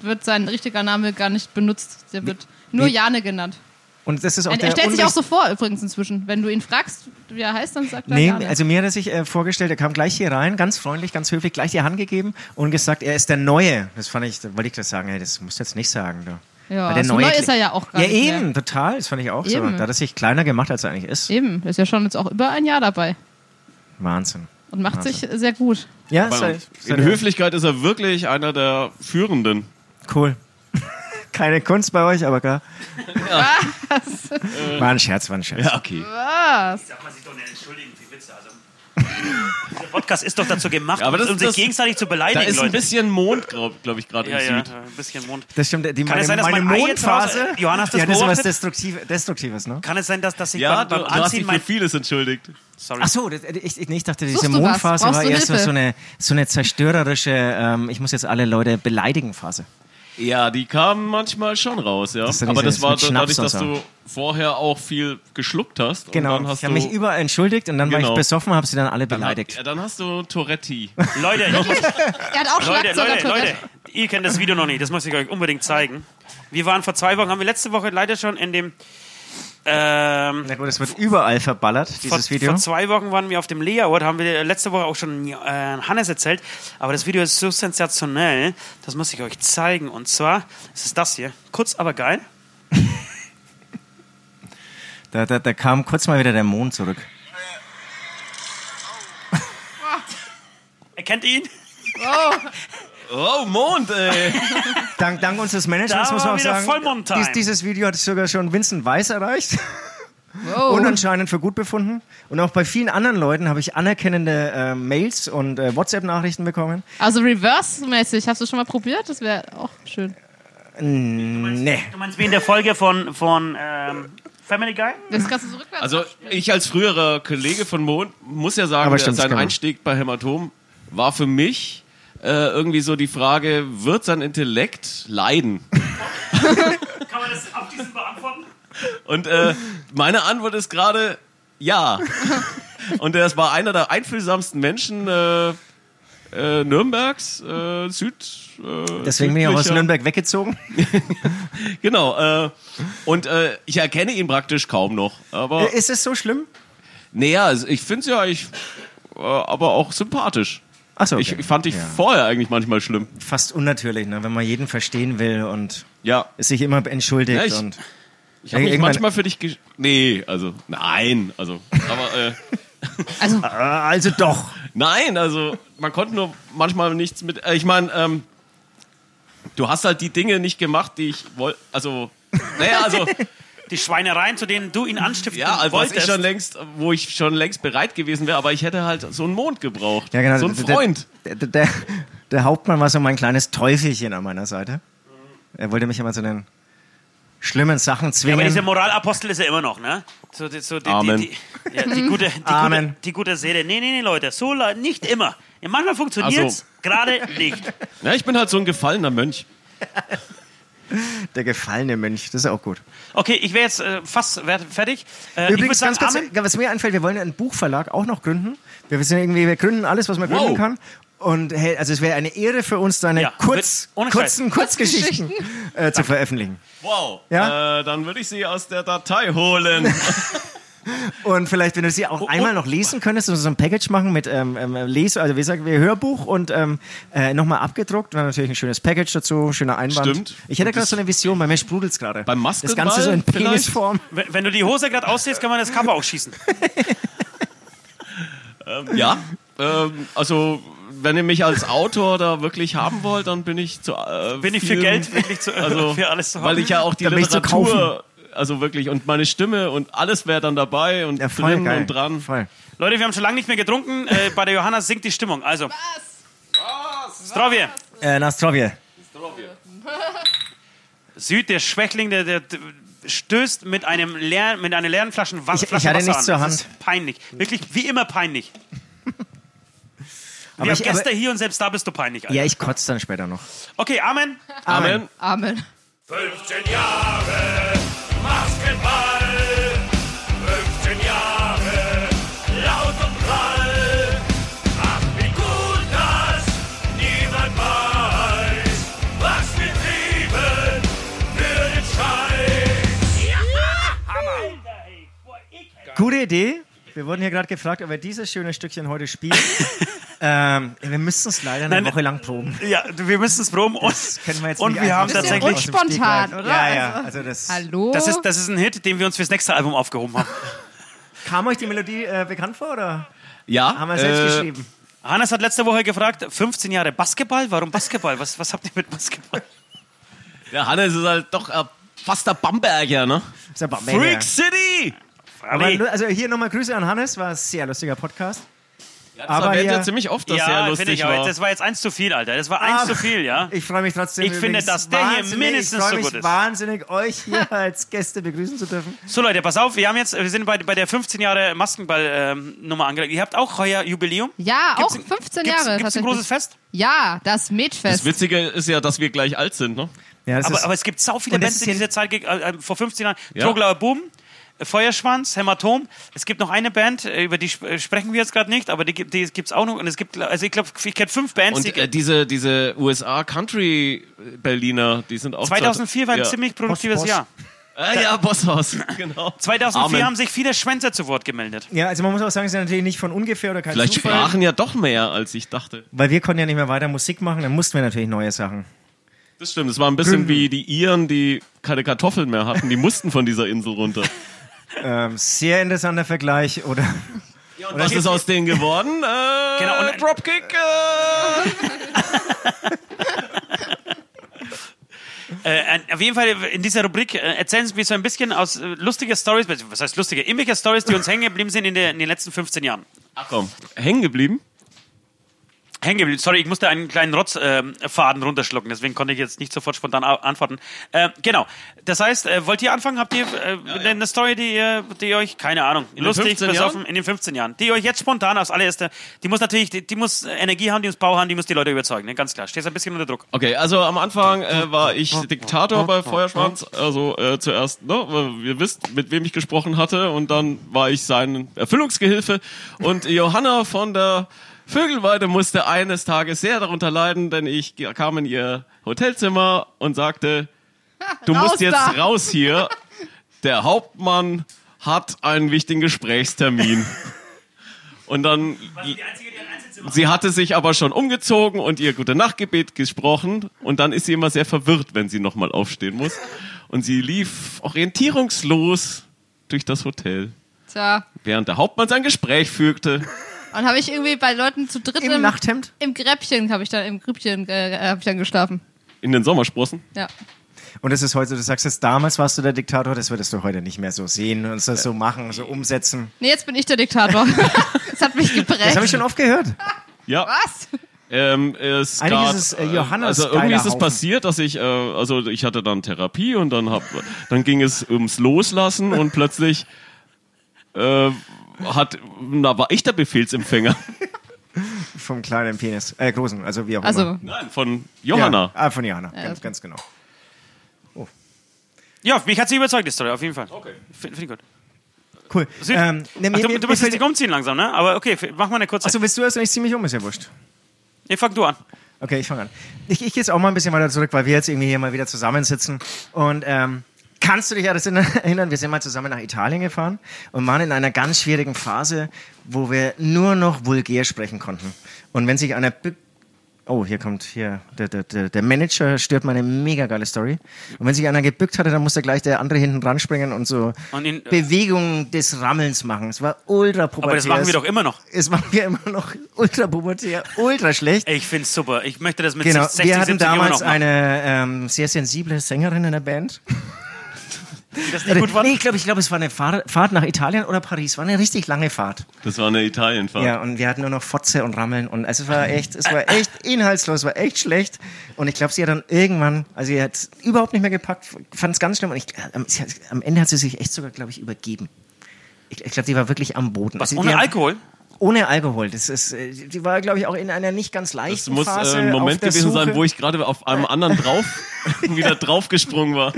S5: wird sein richtiger Name gar nicht benutzt. Der wird nur
S3: wie-
S5: Jane genannt.
S3: Und das ist auch
S5: Er,
S3: der
S5: er stellt sich auch
S3: unwichtig-
S5: so vor übrigens inzwischen. Wenn du ihn fragst, wie er heißt, dann sagt er
S3: Nee,
S5: Jane.
S3: also mir hat er sich äh, vorgestellt, er kam gleich hier rein, ganz freundlich, ganz höflich, gleich die Hand gegeben und gesagt, er ist der Neue. Das fand ich, da wollte ich das sagen, hey, das musst du jetzt nicht sagen. Du.
S5: Ja,
S3: Weil der
S5: so neu ist er ja auch gar
S3: Ja,
S5: nicht mehr.
S3: eben, total, das fand ich auch so.
S5: Eben.
S3: Da hat er sich kleiner gemacht, als er eigentlich ist.
S5: Eben, der ist ja schon jetzt auch über ein Jahr dabei
S3: Wahnsinn.
S5: und macht
S3: Wahnsinn.
S5: sich sehr gut.
S3: Ja,
S6: Aber
S3: sei, sei
S6: In Höflichkeit ist er wirklich einer der Führenden.
S3: cool. <laughs> Keine Kunst bei euch, aber klar. <laughs> War ein Scherz, war ein Scherz.
S6: okay.
S5: Was?
S4: Darf man sich doch nicht entschuldigen, die Witze. Also, dieser Podcast ist doch dazu gemacht,
S6: Ja, aber das-
S4: um sich
S6: das-
S4: gegenseitig zu
S6: Da
S4: beleidigen,
S6: ist ein
S4: Leute.
S6: bisschen Mond, glaube glaub ich, gerade
S4: Ja,
S6: im
S4: ja,
S6: Süd.
S4: ein bisschen Mund.
S3: Das stimmt, die,
S4: Kann
S3: meine,
S4: es sein, dass
S3: meine
S4: mein Ei jetzt raus-
S3: Mondphase,
S4: äh, Johann, hast du
S3: ja,
S4: das
S3: das ist was
S4: beobachtet?
S3: Destruktiv, Destruktives, ne?
S4: Kann es sein, dass, dass ich
S6: Ja,
S4: beim,
S6: du,
S4: beim
S6: du hast
S4: Anziehen
S6: dich für
S4: mein...
S6: vieles entschuldigt.
S4: Sorry.
S3: Ach so, das, äh, ich, ich, nee, ich dachte, diese
S5: Suchst du was?
S3: Mondphase
S5: Brauchst
S3: war
S5: du
S3: eher so,
S5: Hilfe?
S3: so, eine, so eine zerstörerische, ähm, ich muss jetzt alle Leute beleidigen Phase.
S6: Ja, die kamen manchmal schon raus, ja.
S3: Das ist ja
S6: Aber
S3: dieses
S6: das war
S3: mit Schnaps
S6: dadurch,
S3: und
S6: dass
S3: so.
S6: du vorher auch viel geschluckt hast.
S3: Genau,
S6: Und dann hast
S3: ich habe
S6: du,
S3: mich überall entschuldigt und dann war
S6: Genau.
S3: ich besoffen, habe sie dann alle
S6: dann,
S3: beleidigt.
S6: Ja, dann hast du Toretti.
S4: Leute,
S6: <laughs>
S4: ich muss,
S5: Er hat auch
S4: Leute,
S5: Schlagzeuger
S4: Leute,
S5: Tourette.
S4: Leute, ihr kennt das Video noch nicht, das muss ich euch unbedingt zeigen. Wir waren vor zwei Wochen, haben wir letzte Woche leider schon in dem... Ähm,
S3: Na gut, es wird überall verballert, dieses
S4: vor,
S3: Video.
S4: Vor zwei Wochen waren wir auf dem Lea-Ort, haben wir letzte Woche auch schon äh, Hannes erzählt. Aber das Video ist so sensationell, das muss ich euch zeigen. Und zwar ist es das hier. Kurz, aber geil.
S3: Da, da, da kam kurz mal wieder der Mond zurück.
S4: Erkennt ihr ihn?
S6: Oh, Mond, <laughs> ey.
S3: Dank, dank unseres Managements
S4: Da
S3: muss
S4: war
S3: man auch
S4: wieder
S3: sagen,
S4: Vollmond-Time.
S3: dieses Video hat sogar schon Vincent Weiss erreicht <laughs>
S5: Wow.
S3: und anscheinend für gut befunden. Und auch bei vielen anderen Leuten habe ich anerkennende äh, Mails und äh, WhatsApp-Nachrichten bekommen.
S5: Also reverse-mäßig, hast du schon mal probiert? Das wäre auch schön.
S3: Nee.
S4: Du meinst wie in der Folge von, von ähm, Family Guy?
S5: Das kannst du so rückwärts.
S6: Also ich als früherer Kollege von Mond muss ja sagen,
S3: Aber stimmt, das
S6: sein
S3: kann man.
S6: Einstieg bei Hämatom war für mich äh, irgendwie so die Frage, wird sein Intellekt leiden?
S4: Kann man das auf diesen beantworten?
S6: Und äh, meine Antwort ist gerade
S3: <laughs>
S6: ja. Und er war einer der einfühlsamsten Menschen äh, äh, Nürnbergs, äh, Süd. Äh,
S3: Deswegen bin ich auch aus
S6: südlicher-
S3: Nürnberg weggezogen.
S6: Genau. Äh, und äh, ich erkenne ihn praktisch kaum noch.
S3: Äh,
S6: Aber also,
S3: Ist es so schlimm?
S6: naja, ich finde es ja eigentlich, äh, aber auch sympathisch.
S3: Ach so,
S6: Ich
S3: okay.
S6: fand dich
S3: Ja.
S6: vorher eigentlich manchmal schlimm.
S3: Fast unnatürlich, ne? wenn man jeden verstehen will und
S6: Ja.
S3: sich immer entschuldigt.
S6: Ja, ich-
S3: und
S6: Ich habe mich
S3: Irgendwann-
S6: manchmal für dich gesch Nee, also, nein, also,
S3: <laughs>
S6: aber, äh,
S5: Also,
S3: Ah, also doch.
S6: nein, also, man konnte nur manchmal nichts mit, äh, ich meine, ähm, du hast halt die Dinge nicht gemacht, die ich wollte, also, naja, also,
S4: Die Schweinereien, zu denen du ihn anstiften
S3: <laughs>
S6: ja, also, was ich
S4: wolltest.
S6: schon längst, wo ich schon längst bereit gewesen wäre, aber ich hätte halt so einen Mond gebraucht.
S3: Ja, genau.
S6: So einen
S3: Der-
S6: Freund.
S3: Der, der, der, der Hauptmann war so mein kleines Teufelchen an meiner Seite. Er wollte mich immer zu den schlimmen Sachen
S4: Ja, aber
S3: zwingen.
S4: dieser Moralapostel ist er immer noch, ne? So, die, so die,
S6: Amen.
S4: Die, die, ja, die, gute, die,
S3: Amen.
S4: Gute, die gute Seele. Nee, nee, nee, Leute, so le- nicht immer. Ja, manchmal funktioniert es,
S6: Ach
S4: gerade nicht.
S6: Ja, ich bin halt so ein gefallener Mönch.
S3: der gefallene Mönch, das ist auch gut.
S4: Okay, ich wäre jetzt äh, fast wer- fertig. Äh, ich würd
S3: Übrigens,
S4: sagen,
S3: ganz kurz,
S4: Amen.
S3: was mir einfällt, wir wollen einen Buchverlag auch noch gründen. Wir, wissen irgendwie, wir gründen alles, was man gründen
S6: Wow.
S3: kann. Und hey, also es wäre eine Ehre für uns, deine
S4: Ja,
S3: kurz,
S4: mit- ohne
S3: kurzen <laughs> Kurzgeschichten äh, zu veröffentlichen.
S6: Wow.
S3: Ja?
S6: Äh, dann würde ich sie aus der Datei holen.
S3: Und vielleicht, wenn du sie
S6: Oh,
S3: auch einmal noch lesen könntest, und so ein Package machen mit ähm, ähm, Les, also wie gesagt, wir Hörbuch und ähm, äh, nochmal abgedruckt, dann natürlich ein schönes Package dazu, schöner Einband.
S6: Stimmt.
S3: Ich hätte
S6: Und
S3: gerade
S6: das-
S3: so eine Vision, bei mir sprudelt es gerade.
S6: Beim
S3: Das Ganze
S6: Maskenball
S3: so in
S6: vielleicht?
S3: Penisform.
S4: Wenn wenn du die Hose gerade ausziehst, kann man das Cover auch schießen.
S6: Ja. Ähm, also, wenn ihr mich als Autor da wirklich haben wollt, dann bin ich zu. Äh,
S4: Bin ich für
S6: vielen-
S4: Geld wirklich zu,
S6: <laughs> Also,
S4: <laughs> für alles zu haben.
S6: Weil ich ja auch die
S3: Dann bin ich zu
S6: Literatur. Also wirklich, und meine Stimme und alles wäre dann dabei und
S3: Ja, voll
S6: drin
S3: geil.
S6: und dran.
S3: Voll.
S4: Leute, wir haben schon lange nicht mehr getrunken. Äh, bei der Johanna sinkt die Stimmung. Also. Was? Stravie.
S3: Äh, Nastrovje.
S4: Süd, der Schwächling, der, der, der stößt mit, einem leeren, mit einer leeren Flasche Wasser.
S3: Ich- ich hatte nichts zur
S4: Das ist peinlich. Wirklich, wie
S3: <laughs>
S4: immer peinlich. Wir
S3: Aber
S4: haben
S3: ich,
S4: Gäste
S3: aber,
S4: hier und selbst da bist du peinlich. Alter.
S3: ja, ich kotze dann später noch.
S4: Okay, Amen.
S6: Amen.
S5: Amen.
S7: 15 Jahre Maskenball, 15 Jahre laut und prall. Ach, wie gut, dass niemand weiß, was wir trieben für den Scheiß.
S3: Gute Idee. Wir wurden hier gerade gefragt, ob wir dieses schöne Stückchen heute spielen.
S6: <laughs>
S3: ähm, wir müssen es leider eine
S4: Nein,
S3: Woche
S6: äh,
S3: lang proben.
S4: Ja, wir müssen es proben. Und,
S3: Können wir jetzt
S4: und
S3: nicht
S4: wir
S3: einfach
S4: haben
S3: so aus dem
S4: tatsächlich.
S5: Bisschen unspontan,
S3: Stegreif.
S5: oder?
S3: Ja, ja.
S5: Also-
S3: Also das,
S5: Hallo?
S4: Das ist, das ist ein Hit, den wir uns fürs nächste Album aufgehoben haben.
S3: Kam euch die Melodie äh, bekannt vor oder
S6: Ja.
S3: haben wir selbst
S6: äh,
S3: geschrieben?
S4: Hannes hat letzte Woche gefragt: 15 Jahre Basketball? Warum Basketball? Was, was habt ihr mit Basketball?
S6: Der Hannes ist halt doch äh, fast der Bamberger, ne?
S3: Ist ja Bamberger.
S6: Freak City!
S3: Aber lu- also hier nochmal Grüße an Hannes, war ein sehr lustiger Podcast.
S6: Das
S3: Aber
S6: erwähnt
S3: hier-
S6: ja ziemlich oft, dass er
S4: ja,
S6: lustig
S4: finde ich
S6: war.
S4: auch. Das war jetzt eins zu viel, Alter. Das war eins
S3: Ah,
S4: zu viel, ja.
S3: Ich freue mich trotzdem.
S4: Ich finde,
S3: übrigens
S4: dass der hier
S3: wahnsinnig-
S4: mindestens
S3: ich freu
S4: so
S3: mich
S4: gut ist.
S3: wahnsinnig, euch hier <laughs> als Gäste begrüßen zu dürfen.
S4: So Leute, pass auf, wir haben jetzt, wir sind bei, bei der 15 Jahre Maskenball-Nummer angelangt. Ihr habt auch heuer Jubiläum.
S5: Ja,
S4: Gibt's-
S5: auch
S4: gibt's,
S5: 15 Jahre.
S4: Gibt's ein
S5: tatsächlich.
S4: großes Fest?
S5: ja, das
S6: Das
S5: Metfest.
S6: Witzige ist ja, dass wir gleich alt sind, ne?
S3: Ja, das
S4: Aber,
S3: ist,
S4: aber es gibt sau viele
S3: Und das ist
S4: Bands in
S3: hier-
S4: dieser Zeit, ge- äh, äh, vor 15 Jahren.
S6: Ja.
S4: Troglauer Boom, äh, Feuerschwanz, Hämatom. Es gibt noch eine Band, äh, über die sp- äh, sprechen wir jetzt gerade nicht, aber die, gibt- die gibt's auch noch. Und es gibt, gla- also ich glaube, ich kenne fünf Bands,
S6: Und
S4: die...
S6: äh, diese, diese USA-Country-Berliner, die sind auch...
S4: 2004 war ein
S6: ja.
S4: ziemlich produktives
S3: Boss, Boss.
S4: Jahr.
S6: Äh, ja, Bosshaus, <laughs> genau.
S4: 2004
S6: Amen.
S4: haben sich viele Schwänzer zu Wort
S6: Äh,
S4: gemeldet.
S3: ja, also man muss auch sagen, es ist natürlich nicht von ungefähr oder kein
S6: Vielleicht
S3: Zufall.
S6: sprachen ja doch mehr, als ich dachte.
S3: Weil wir konnten ja nicht mehr weiter Musik machen, dann mussten wir natürlich neue Sachen.
S6: Das stimmt, es war ein
S4: Genau.
S6: bisschen
S3: Gründen.
S6: wie die Iren, die keine Kartoffeln mehr hatten. Die mussten von dieser Insel
S4: <laughs>
S6: runter.
S3: Ähm, sehr interessanter Vergleich, oder?
S6: Und was ist aus denen geworden? Äh,
S4: Genau, und-
S6: Dropkick. Äh.
S4: <laughs> Äh, an- auf jeden Fall in dieser Rubrik äh, erzählen Sie mir so ein bisschen aus äh, lustige Stories, was heißt lustige, irgendwelche Stories, die uns hängen geblieben sind in, der, in den letzten 15 Jahren.
S6: Ach komm, hängen geblieben?
S4: Hängen geblieben. Sorry, ich musste einen kleinen Rotzfaden ähm, runterschlucken, deswegen konnte ich jetzt nicht sofort spontan a- antworten. Äh, genau. Das heißt, äh, wollt ihr anfangen? Habt ihr äh, eine Story, die ihr, die ihr euch, keine Ahnung, lustig,
S6: 15
S4: besoffen, in den 15 Jahren, die ihr euch jetzt spontan aus allererste, die muss natürlich, die, die muss Energie haben, die muss Bau haben, die muss die Leute überzeugen, ne? ganz klar. Stehst ein bisschen unter Druck.
S6: Okay, also am Anfang äh, war ich Diktator bei Feuerschwanz. Also äh, zuerst, ne, weil ihr wisst, mit wem ich gesprochen hatte. Und dann war ich sein Erfüllungsgehilfe. Und Johanna von der Vögelweide musste eines Tages sehr darunter leiden, denn ich ge- kam in ihr Hotelzimmer und sagte, du
S5: Raus
S6: musst jetzt
S5: da." <laughs>
S6: raus hier. Der Hauptmann hat einen wichtigen Gesprächstermin. Und dann
S4: Die einzige, die ein
S6: Sie hatte sich aber schon umgezogen und ihr gute Nachtgebet gesprochen und dann ist sie immer sehr verwirrt, wenn sie nochmal aufstehen muss. Und sie lief orientierungslos durch das Hotel,
S5: Tja.
S6: während der Hauptmann sein Gespräch fügte.
S5: Und habe ich irgendwie bei Leuten zu dritt
S3: Im Nachthemd?
S5: Im Gräbchen habe ich dann im Grübchen äh, habe ich dann geschlafen.
S6: In den Sommersprossen.
S5: Ja.
S3: Und das ist heute, du sagst es, damals warst du der Diktator, das würdest du heute nicht mehr so sehen und so, so machen, so umsetzen.
S5: Nee, jetzt bin ich der Diktator. <laughs> das hat mich geprägt.
S3: Das habe ich schon oft gehört.
S6: Ja.
S5: Was?
S6: Ähm, es
S3: Eigentlich
S6: gab,
S3: ist es, äh,
S6: äh,
S3: Johannes
S6: Also irgendwie ist es
S3: Geilerhaufen.
S6: passiert, dass ich, äh, also ich hatte dann Therapie und dann hab, dann ging es ums
S3: <laughs>
S6: Loslassen und plötzlich äh, hat, na war ich
S3: <laughs>
S6: der Befehlsempfänger.
S3: Vom kleinen Penis, äh, großen, also wie auch immer.
S5: Also,
S6: Nein, von
S3: Ja,
S6: Johanna.
S3: Ah, von Johanna, ganz,
S5: das-
S3: ganz genau.
S4: Ja, mich hat sie überzeugt, die Story, auf jeden Fall. Okay. Finde find ich gut.
S3: Cool.
S4: Sie,
S3: Ähm, ne,
S4: ach,
S3: mir-
S4: du,
S3: mir-
S4: du
S3: mir
S4: musst
S3: fällt-
S4: dich umziehen langsam, ne? Aber okay, f- mach mal eine kurze.
S3: Achso, willst du erst nicht ziemlich um? Ist ja wurscht.
S4: nee, fang du an.
S3: Okay, ich fange an. Ich, ich gehe jetzt auch mal ein bisschen weiter zurück, weil wir jetzt irgendwie hier mal wieder zusammensitzen. Und ähm, kannst du dich an das <laughs> erinnern? Wir sind mal zusammen nach Italien gefahren und waren in einer ganz schwierigen Phase, wo wir nur noch vulgär sprechen konnten. Und wenn sich einer... be- Oh, hier kommt hier der, der, der, der Manager stört meine mega geile Story. Und wenn sich einer gebückt hatte, dann musste gleich der andere hinten dran springen und so
S4: Und ihn-
S3: Bewegungen des Rammelns machen. Es war ultra pubertär.
S4: Aber das machen wir doch immer noch.
S3: Es machen wir immer noch ultra pubertär, ultra schlecht.
S4: Ey, ich find's super. Ich möchte das mit
S3: Genau,
S4: 60,
S3: wir hatten
S4: 70 Jahren
S3: damals
S4: noch machen.
S3: eine ähm, sehr sensible Sängerin in der Band. Also,
S4: Das nicht gut war.
S3: nee, ich glaube, ich glaub, es war eine Fahr Fahrt nach Italien oder Paris. War eine richtig lange Fahrt.
S6: Das war eine Italienfahrt.
S3: Ja, und wir hatten nur noch Fotze und Rammeln. Und also es war echt, es war echt inhaltslos, war echt schlecht. Und ich glaube, sie hat dann irgendwann, also sie hat es überhaupt nicht mehr gepackt, fand es ganz schlimm. Und ich, äh, am, sie hat, am Ende hat sie sich echt sogar, glaube ich, übergeben. Ich, ich glaube, sie war wirklich am Boden.
S4: Was,
S3: Also,
S4: ohne
S3: die haben-
S4: Alkohol?
S3: Ohne Alkohol. Das ist, äh, die war, glaube ich, auch in einer nicht ganz leichten
S6: Es muss äh,
S3: Phase.
S6: ein
S3: auf
S6: Moment
S3: der
S6: gewesen sein,
S3: Suche.
S6: wo ich gerade auf einem anderen
S3: <laughs>
S6: drauf <laughs> wieder draufgesprungen war.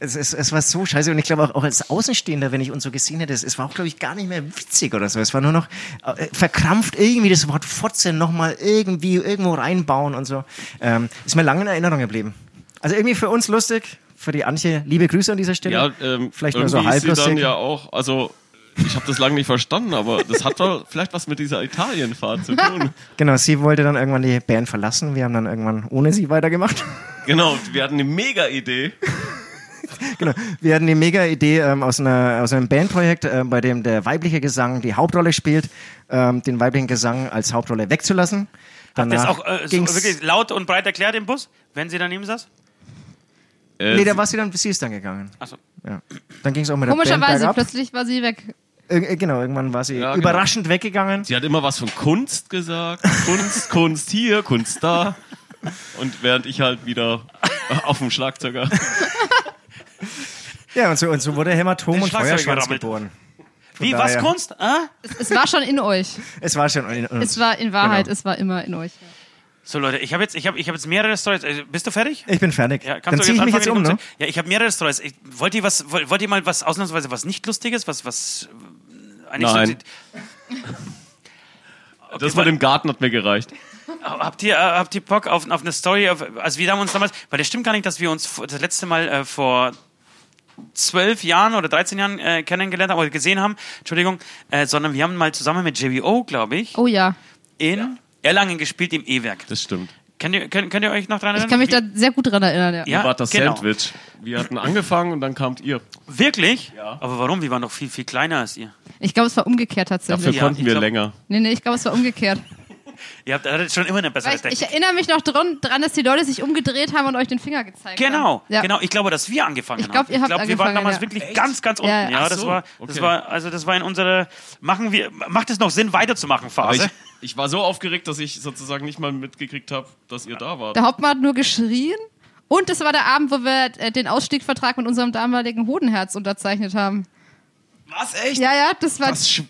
S3: Es, es, es war so scheiße und ich glaube auch, auch als Außenstehender, wenn ich uns so gesehen hätte, es, es war auch, glaube ich, gar nicht mehr witzig oder so. Es war nur noch äh, verkrampft irgendwie das Wort Fotze nochmal irgendwie irgendwo reinbauen und so. Ähm, ist mir lange in Erinnerung geblieben. Also irgendwie für uns lustig, für die Antje, liebe Grüße an dieser Stelle.
S6: Ja, ähm,
S3: Vielleicht nur so
S6: irgendwie ist
S3: halb
S6: sie dann
S3: lustig.
S6: ja auch, also ich habe das lange nicht verstanden, aber das hat doch vielleicht was mit dieser Italienfahrt zu tun.
S3: Genau, sie wollte dann irgendwann die Band verlassen. Wir haben dann irgendwann ohne sie weitergemacht.
S6: Genau, wir hatten eine mega Idee.
S3: genau. Wir hatten die mega Idee ähm, aus, einer, aus einem Bandprojekt, ähm, bei dem der weibliche Gesang die Hauptrolle spielt, ähm, den weiblichen Gesang als Hauptrolle wegzulassen.
S4: Das
S3: Danach
S4: ist auch äh, so,
S3: ging's-
S4: wirklich laut und breit erklärt im Bus, wenn sie daneben saß.
S6: Äh,
S3: Nee, da war sie dann, sie ist dann gegangen.
S4: Achso.
S3: Ja. Dann ging es auch mit der Band
S5: komischerweise,
S3: bergab.
S5: plötzlich war sie weg.
S3: Äh, äh, genau, irgendwann war sie
S6: Ja, genau.
S3: überraschend weggegangen.
S6: Sie hat immer was von Kunst gesagt. Kunst, Kunst hier, Kunst da. Und während ich halt wieder auf dem Schlagzeuger.
S3: Ja, und so, und so wurde Hämatom
S4: Den
S3: und
S4: Schlagzeug
S3: Feuerschwanz
S4: gerammelt.
S3: geboren. Von
S4: Wie, was
S3: daher-
S4: Kunst? Ah?
S5: Es war schon in
S4: <laughs>
S5: euch.
S3: Es war schon in uns.
S5: Es war in Wahrheit,
S3: Genau.
S5: es war immer in euch.
S4: So, Leute, ich habe jetzt, ich hab, ich hab jetzt mehrere Stories. Äh, Bist du fertig?
S3: Ich bin fertig.
S4: Ja, kannst
S3: dann
S4: du
S3: ziehe ich mich jetzt um,
S4: anfangen,
S3: ne?
S4: Ja, ich habe mehrere Stories. Ich, wollt, ihr was, wollt, wollt ihr mal was ausnahmsweise was nicht Lustiges? Was, was. äh, Eine
S6: Nein.
S4: Story-
S6: das mit dem Garten hat mir gereicht.
S4: Habt ihr, äh, habt ihr Bock auf, auf eine Story? Auf, also wir haben uns damals, weil das stimmt gar nicht, dass wir uns vor- das letzte Mal äh, vor zwölf Jahren oder 13 Jahren äh, kennengelernt haben oder gesehen haben, Entschuldigung, äh, sondern wir haben mal zusammen mit JBO, glaube ich,
S5: Oh ja.
S4: in Erlangen gespielt im E-Werk.
S6: Das stimmt.
S4: Könnt ihr, könnt, könnt ihr euch noch dran erinnern?
S5: Ich kann mich da sehr gut dran erinnern, ja.
S4: ja,
S6: war das
S4: genau.
S6: Sandwich. Wir hatten angefangen und dann kamt ihr.
S4: Wirklich? Aber warum? Wir waren doch viel, viel kleiner als ihr.
S5: Ich glaube, es war umgekehrt
S6: Dafür
S5: tatsächlich.
S4: Ja,
S6: konnten
S4: ich
S6: wir
S4: glaub-
S6: länger.
S5: Nee, nee, ich glaube, es war
S4: <laughs>
S5: umgekehrt.
S4: Ihr habt ihr hattet schon immer eine
S5: Weil
S4: bessere
S5: ich, ich
S4: Technik.
S5: erinnere mich noch dran, dran, dass die Leute sich umgedreht haben und euch den Finger gezeigt
S4: Genau,
S5: haben. Ja.
S4: genau. Ich glaube, dass wir angefangen
S5: Ich glaub,
S4: haben.
S5: ihr habt
S4: wir waren
S5: angefangen,
S4: damals
S5: ja.
S4: wirklich ganz, ganz unten.
S5: Ja,
S4: Ja,
S5: ja. Ach
S4: das
S6: so,
S4: war, das
S6: okay.
S4: war, also das war in unserer machen wir, macht es noch Sinn weiterzumachen
S6: Aber ich,
S4: Phase.
S6: ich war so aufgeregt, dass ich sozusagen nicht mal mitgekriegt habe, dass ihr da wart.
S5: Der Hauptmann hat nur geschrien. Und das war der Abend, wo wir äh, den Ausstiegsvertrag mit unserem damaligen Hodenherz unterzeichnet haben.
S6: Was, echt?
S5: Ja, ja, das war.
S6: Was? Sch-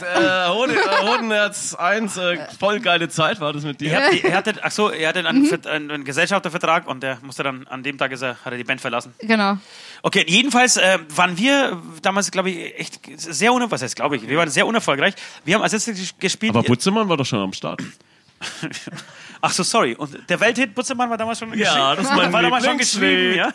S6: Alter, Hoden- äh, Hodenherz 1, äh, voll geile Zeit war das mit dir.
S4: Ihr habt die- ihr hattet, ach so, ihr hattet
S5: Mhm.
S4: einen, Vert- einen, einen Gesellschaftervertrag und der musste dann an dem Tag ist er, hat er die Band verlassen.
S5: genau.
S4: Okay, jedenfalls äh, waren wir damals, glaube ich, echt sehr unerfolgreich. Was heißt, glaube ich? Wir waren sehr unerfolgreich. Wir haben als letztes gespielt.
S6: Aber Butzemann war doch schon am Start.
S4: Ach so, sorry. Und der Welthit Butzemann war damals schon
S6: Ja, das ist mein
S4: war damals schon
S6: Lieblingslied.
S4: geschrieben, ja?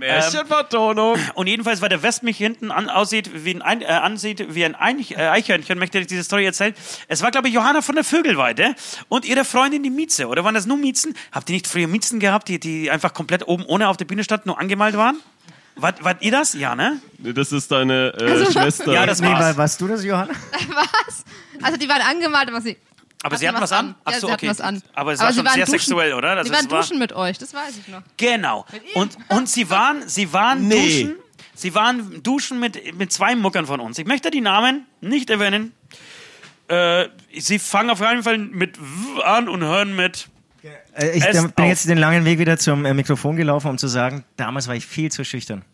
S6: Märchenvertonung.
S4: Und jedenfalls, weil der West mich hinten an, aussieht wie ein, ein, äh, ansieht wie ein Eich, äh, Eichhörnchen, möchte ich diese Story erzählen. Es war, glaube ich, Johanna von der Vögelweide und ihre Freundin, die Mieze. Oder waren das nur Miezen? Habt ihr nicht früher Miezen gehabt, die, die einfach komplett oben ohne auf der Bühne standen, nur angemalt waren? Wart, wart ihr das? Ja, ne?
S6: Das ist deine äh,
S5: Also-
S6: Schwester.
S4: Ja, das
S3: Nee,
S4: war's.
S3: war, warst du das, Johanna?
S5: Was? Also die waren angemalt, aber sie.
S4: Aber sie hatten was an? Ach
S5: Ja,
S4: so,
S5: sie
S4: okay.
S5: hatten was an.
S4: Aber es war schon
S5: sie waren
S4: sehr
S5: duschen.
S4: sexuell, oder? Das
S5: sie
S4: ist-
S5: waren
S4: war-
S5: duschen mit euch, das weiß ich noch.
S4: Genau. Und, und sie waren, sie waren
S6: Nee.
S4: duschen. Sie waren duschen mit, mit zwei Muckern von uns. Ich möchte die Namen nicht erwähnen. Äh, sie fangen auf jeden Fall mit W an und hören mit.
S3: Äh, ich
S4: Es
S3: da- bin
S4: auch.
S3: jetzt den langen Weg wieder zum äh, Mikrofon gelaufen, um zu sagen, damals war ich viel zu schüchtern.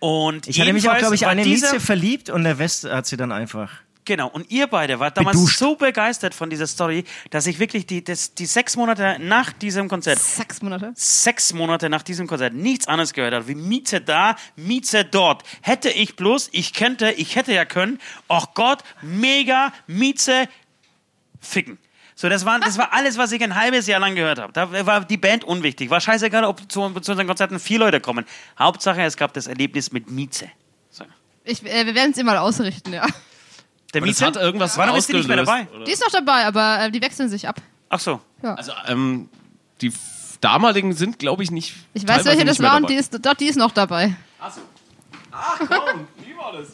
S4: Und
S3: Ich hatte mich auch, glaube ich, an eine
S4: diese,
S3: Mieze verliebt und der West hat sie dann einfach.
S4: Genau. Und ihr beide wart damals
S3: Beduscht.
S4: so begeistert von dieser Story, dass ich wirklich die, das, die sechs Monate nach diesem Konzert
S5: Sechs Monate.
S4: sechs Monate nach diesem Konzert nichts anderes gehört habe, wie Mieze da, Mieze dort. Hätte ich bloß, ich könnte, ich hätte ja können, oh Gott, mega, Mieze, ficken. So, das war, das war alles, was ich ein halbes Jahr lang gehört habe. Da war die Band unwichtig. War scheißegal, ob zu, zu unseren Konzerten vier Leute kommen. Hauptsache, es gab das Erlebnis mit Mieze. So.
S5: Ich, äh, wir werden es immer ausrichten, ja.
S4: Der
S6: das hat irgendwas
S4: Warum ist die nicht mehr dabei?
S6: ausgelöst,
S5: Die ist noch dabei, aber äh, die wechseln sich ab.
S4: Ach so.
S6: Also, ähm, die f- damaligen sind, glaube ich, nicht.
S5: Ich weiß, welche das war und die ist, doch, die ist noch dabei.
S6: Ach komm, wie war das?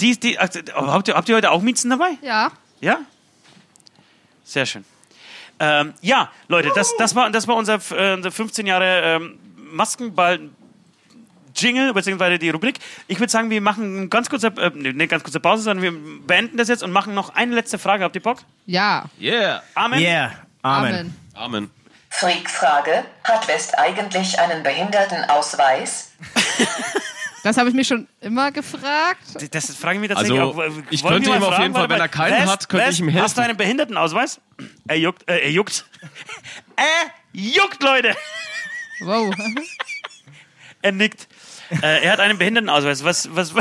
S4: Die, die, ach, habt, ihr, habt ihr heute auch Miezen dabei?
S5: Ja.
S4: Ja? Sehr schön. Ähm, ja, Leute, das, das, war, das war unser, äh, unser 15 Jahre ähm, Maskenball. Jingle, beziehungsweise die Rubrik. Ich würde sagen, wir machen eine ganz kurze, äh, nee, nicht ganz kurze Pause, sondern wir beenden das jetzt und machen noch eine letzte Frage. Habt ihr Bock?
S5: Ja.
S6: Yeah.
S4: Amen.
S3: Yeah, Amen.
S5: Amen.
S6: Amen.
S2: Freak-Frage: Hat West eigentlich einen Behindertenausweis?
S5: Das habe ich mich schon immer gefragt.
S4: Das fragen wir tatsächlich
S6: Also,
S4: auch. Wollen
S6: ich
S4: wir
S6: könnte
S4: mal
S6: ihm auf
S4: fragen?
S6: jeden Fall,
S4: Warte
S6: wenn
S4: mal.
S6: er keinen
S4: West,
S6: hat, könnte ich
S4: West,
S6: ihm helfen.
S4: Hast du einen Behindertenausweis? Er juckt. Äh, er juckt. er juckt, Leute.
S5: Wow. <laughs>
S4: Er nickt. Äh, er hat einen Behindertenausweis, was, was,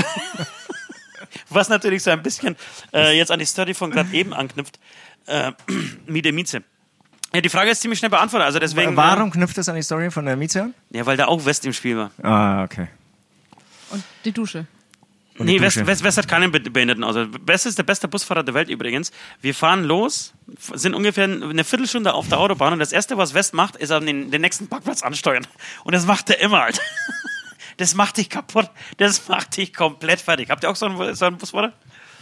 S4: <laughs> was natürlich so ein bisschen äh, jetzt an die Story von gerade eben anknüpft. Äh, <clears throat> mit der Mieze. Ja, die Frage ist ziemlich schnell beantwortet. Also deswegen,
S3: Äh, Warum knüpft das an die Story von der Mieze an?
S4: Ja, weil da auch West im Spiel war.
S3: Ah, okay.
S5: Und die Dusche.
S4: Nee, West,
S3: Dusche.
S4: West, West hat keinen Be- Behindertenausweis. West ist der beste Busfahrer der Welt übrigens. Wir fahren los, f- sind ungefähr eine Viertelstunde auf der Autobahn und das Erste, was West macht, ist an den, den nächsten Parkplatz ansteuern. Und das macht er immer, Alter. <laughs> Das macht dich kaputt. Das macht dich komplett fertig. Habt ihr auch so einen, so einen Busfahrer?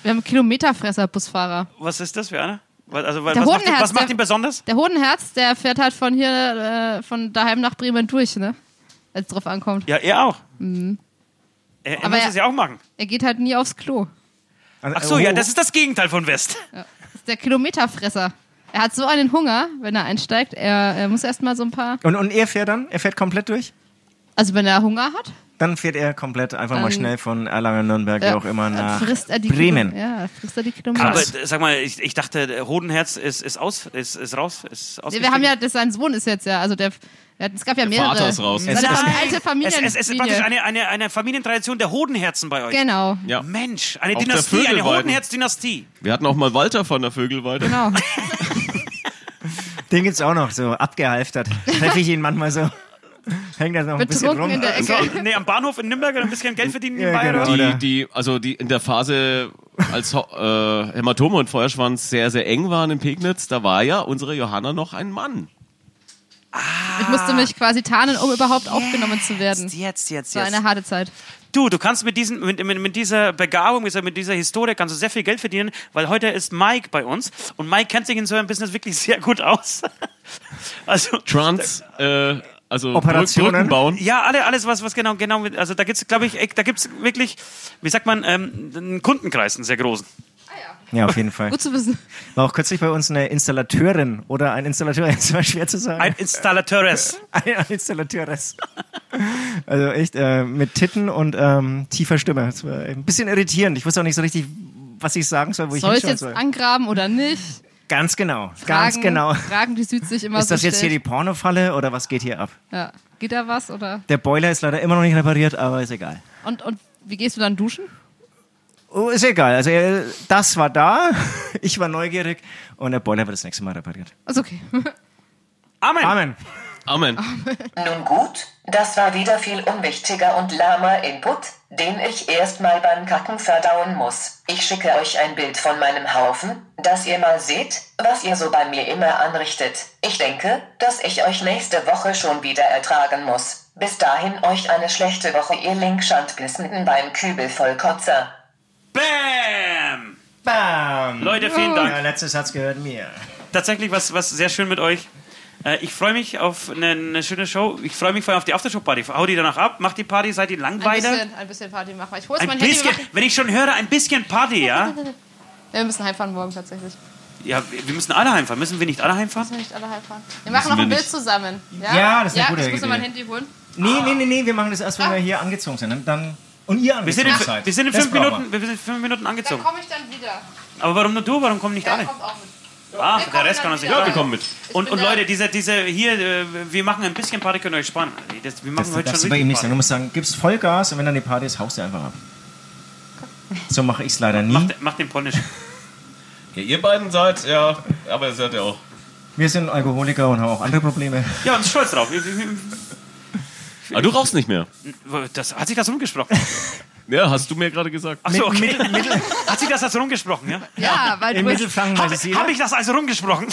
S5: Wir haben einen Kilometerfresser-Busfahrer.
S4: Was ist das für einer? Was- Also, was,
S5: Der
S4: macht, ihn,
S5: Hodenherz,
S4: was macht
S5: der-
S4: ihn besonders?
S5: Der Hodenherz, der fährt halt von hier, äh, von daheim nach Bremen durch, ne? Als drauf ankommt.
S4: Ja, er auch. Er, er
S5: Mhm. Aber
S4: muss
S5: er-
S4: es ja auch machen.
S5: Er geht halt nie aufs Klo.
S3: Also,
S4: Ach so,
S3: oh,
S4: ja, das ist das Gegenteil von West.
S5: Das ist der Kilometerfresser. Er hat so einen Hunger, wenn er einsteigt. Er, er muss erstmal so ein paar.
S3: Und, und er fährt dann? Er fährt komplett durch?
S5: Also, wenn er Hunger hat,
S3: Dann fährt er komplett einfach mal
S5: Dann-
S3: schnell von Erlangen, Nürnberg,
S5: äh,
S3: wie auch immer, nach
S5: Ähm, frisst er die
S3: Bremen.
S5: Kilo, ja, frisst er die
S4: Aber
S5: Kilometer.
S4: äh, sag mal, ich, ich dachte, der Hodenherz ist, ist aus, ist, ist raus, ist
S5: Nee, wir haben ja, das, sein Sohn ist jetzt ja, also der, er hat- es gab ja mehrere.
S6: Vater ist raus.
S5: Es,
S3: Es-
S5: eine
S3: es-
S5: alte
S4: es,
S5: Familien.
S4: es, es ist praktisch eine, eine, eine Familientradition der Hodenherzen bei euch.
S5: genau,
S6: Ja.
S4: Mensch, eine
S6: Auf der
S4: Dynastie, eine
S6: Vögelweiden.
S3: <laughs>
S4: Hodenherz-Dynastie.
S6: Wir hatten auch mal Walter von der Vögelweide.
S5: genau.
S3: Den gibt's auch noch so
S5: <laughs>
S3: abgehalftert. Treffe ich ihn manchmal so. Hängt da noch ein bisschen
S5: Betrunken
S3: rum.
S5: in der
S4: So,
S5: Ecke.
S4: nee, am Bahnhof in Nürnberg ein bisschen Geld verdienen
S3: Ja,
S4: nebenbei,
S3: genau.
S4: oder?
S3: Oder-
S6: die, die, also die in der Phase, als Ho- äh, Hämatome und Feuerschwanz sehr, sehr eng waren in Pegnitz, da war ja unsere Johanna noch ein Mann.
S5: Ich musste mich quasi tarnen, um überhaupt aufgenommen zu werden.
S4: Jetzt, jetzt, jetzt.
S5: Das war eine harte Zeit.
S4: Du, du kannst mit, diesen, mit, mit, mit dieser Begabung, mit dieser- mit dieser Historie, kannst du sehr viel Geld verdienen, weil heute ist Mike bei uns und Mike kennt sich in so einem Business wirklich sehr gut aus. <laughs> Also,
S6: Trans, äh, also
S3: Operationen.
S6: Brü- Brücken bauen.
S4: ja, alle, alles, was, was genau, genau, mit- also da gibt's, glaube ich, echt- da gibt's wirklich, wie sagt man, ähm, einen Kundenkreis, einen sehr großen.
S3: Ja, auf jeden Fall.
S5: Gut zu wissen.
S3: War auch kürzlich bei uns eine Installateurin oder ein Installateur, <laughs> es war schwer zu
S4: Ein
S3: sagen.
S4: Installateurs.
S3: Ein, ein Installateurs. <laughs> Also echt äh, mit Titten und ähm, tiefer Stimme. Es war ein bisschen irritierend. Ich wusste auch nicht so richtig, was ich sagen soll, wo ich
S5: Soll ich
S3: hinschauen
S5: jetzt
S3: soll.
S5: angraben oder nicht?
S3: Ganz genau, ganz
S5: Fragen-
S3: genau.
S5: Fragen, die Süd sich immer
S3: Ist
S5: so
S3: das jetzt hier
S5: stellt.
S3: die Pornofalle oder was geht hier ab?
S5: Ja. Geht da was oder?
S3: Der Boiler ist leider immer noch nicht repariert, aber ist egal.
S5: Und, und wie gehst du dann duschen?
S3: Oh, ist egal. Also äh, das war da, <laughs>
S5: <laughs>
S3: ich war neugierig und der Boiler wird das nächste Mal repariert.
S5: Ist okay.
S4: Amen.
S3: Amen.
S6: Amen.
S2: Nun gut, das war wieder viel unwichtiger und lahmer Input, den ich erstmal beim Kacken verdauen muss. Ich schicke euch ein Bild von meinem Haufen, dass ihr mal seht, was ihr so bei mir immer anrichtet. Ich denke, dass ich euch nächste Woche schon wieder ertragen muss. Bis dahin euch eine schlechte Woche, ihr Linkschandglissenden beim Kübel voll Kotzer.
S4: Bam!
S3: Bam!
S4: Leute, vielen Dank.
S3: Der letzte Satz gehört mir.
S4: tatsächlich was, was sehr schön mit euch. Äh, Ich freue mich auf eine, eine schöne Show. Ich freue mich vor allem auf die Aftershow-Party. Hau die danach ab, mach die Party, seid ihr
S5: Ein
S4: langweiler.
S5: bisschen, ein bisschen Party machen. Ich hol's
S4: Ein
S5: mein Handy.
S4: bisschen,
S5: wir machen-
S4: wenn ich schon höre, ein bisschen Party, ja?
S5: Ja, wir müssen heimfahren morgen tatsächlich.
S4: Ja, wir wir müssen alle heimfahren. Müssen wir nicht alle heimfahren?
S5: Müssen wir nicht alle heimfahren. Wir machen noch
S6: wir
S5: ein Bild
S6: nicht.
S5: zusammen. Ja,
S3: Ja, das ist
S5: ja,
S3: eine gute
S5: Ich muss
S3: Idee.
S5: mir mein Handy holen.
S3: Nee, nee, nee, nee, wir machen das erst, wenn
S5: Ah.
S3: wir hier angezogen sind. Und Dann, und ihr
S4: Wir sind
S3: angezogen
S4: in,
S3: seid.
S4: wir sind in
S3: Das
S4: fünf
S3: brauchen wir.
S4: Minuten, wir sind in fünf Minuten
S5: Da
S4: angezogen.
S5: komme ich dann wieder.
S4: Aber warum nur du? Warum kommen nicht
S5: Ja,
S4: alle?
S5: kommt auch mit.
S4: Ah,
S5: Wir
S4: der
S5: kommen
S4: Rest kann
S5: dann
S4: uns nicht
S5: wieder.
S4: fragen.
S5: Ja, komm
S6: mit.
S4: Und, und
S5: bin da.
S4: Leute, diese, diese hier, äh, wir machen ein bisschen Party, könnt ihr euch sparen. Das, wir machen
S3: Das
S4: heute
S3: darfst du
S4: schon
S3: bei ihm
S4: richtig
S3: nicht sagen. Du
S4: Party.
S3: musst sagen, gibst Vollgas und wenn dann die Party ist, haust du einfach ab. So mache ich es leider nie.
S4: Macht, macht den Polnisch.
S6: Ja, ihr beiden seid, ja, aber ihr seid ja auch.
S3: Wir sind Alkoholiker und haben auch andere Probleme.
S4: Ja, und stolz drauf.
S6: Aber Ah, du rauchst nicht mehr.
S4: Das, hat sich das rumgesprochen?
S6: Ja, hast du mir gerade gesagt.
S4: Ach so, okay.
S3: Mit- mit- mit-
S4: <laughs> Hat sich das also rumgesprochen, ja?
S5: Ja, weil
S3: In
S5: du bist
S3: Mittelfranken weiß
S4: Habe
S3: es
S4: hab
S3: jeder.
S4: ich das also
S6: <laughs>
S4: rumgesprochen?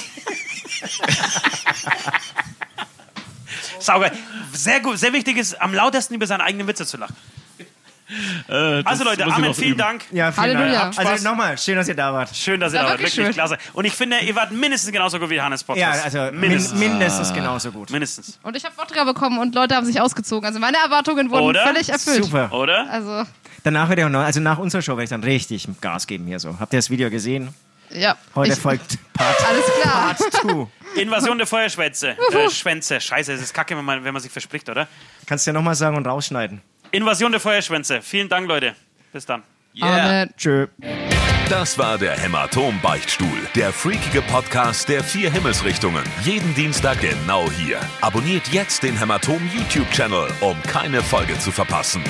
S4: Saugeil. Sehr gut, sehr wichtig ist, am lautesten über seine eigenen Witze zu lachen.
S6: Äh, das
S4: Also Leute,
S6: muss ich
S4: Amen,
S6: noch
S4: vielen
S6: üben.
S4: Dank.
S3: Ja, vielen
S5: Halleluja.
S3: Dank. Also nochmal, schön, dass ihr da wart.
S4: Schön, dass ihr
S5: Ja,
S4: da wart.
S5: wirklich
S4: Wirklich,
S5: schön.
S4: klasse. Und ich finde, ihr wart mindestens genauso gut wie Hannes
S3: Ja,
S4: Podcast.
S3: also mindestens,
S4: mindestens.
S3: min mindestens genauso gut.
S4: mindestens.
S5: Und ich habe Wodka bekommen und Leute haben sich ausgezogen. Also meine Erwartungen wurden
S4: Oder?
S5: völlig erfüllt.
S3: Super.
S4: Oder?
S5: Also,
S3: Danach werde ich auch noch, also nach unserer Show werde ich dann richtig Gas geben hier so. Habt ihr das Video gesehen?
S5: ja.
S3: Heute
S5: ich,
S3: folgt Part
S5: <laughs> Alles klar.
S3: 2.
S4: Invasion der Feuerschwänze. Äh, Schwänze. Scheiße, es ist kacke, wenn man, wenn man sich verspricht, oder?
S3: Kannst du ja nochmal sagen und rausschneiden.
S4: Invasion der Feuerschwänze. Vielen Dank, Leute. Bis dann.
S5: Amen.
S3: Tschö.
S1: Das war der Hämatom-Beichtstuhl, der freakige Podcast der vier Himmelsrichtungen. Jeden Dienstag genau hier. Abonniert jetzt den Hämatom-YouTube-Channel, um keine Folge zu verpassen.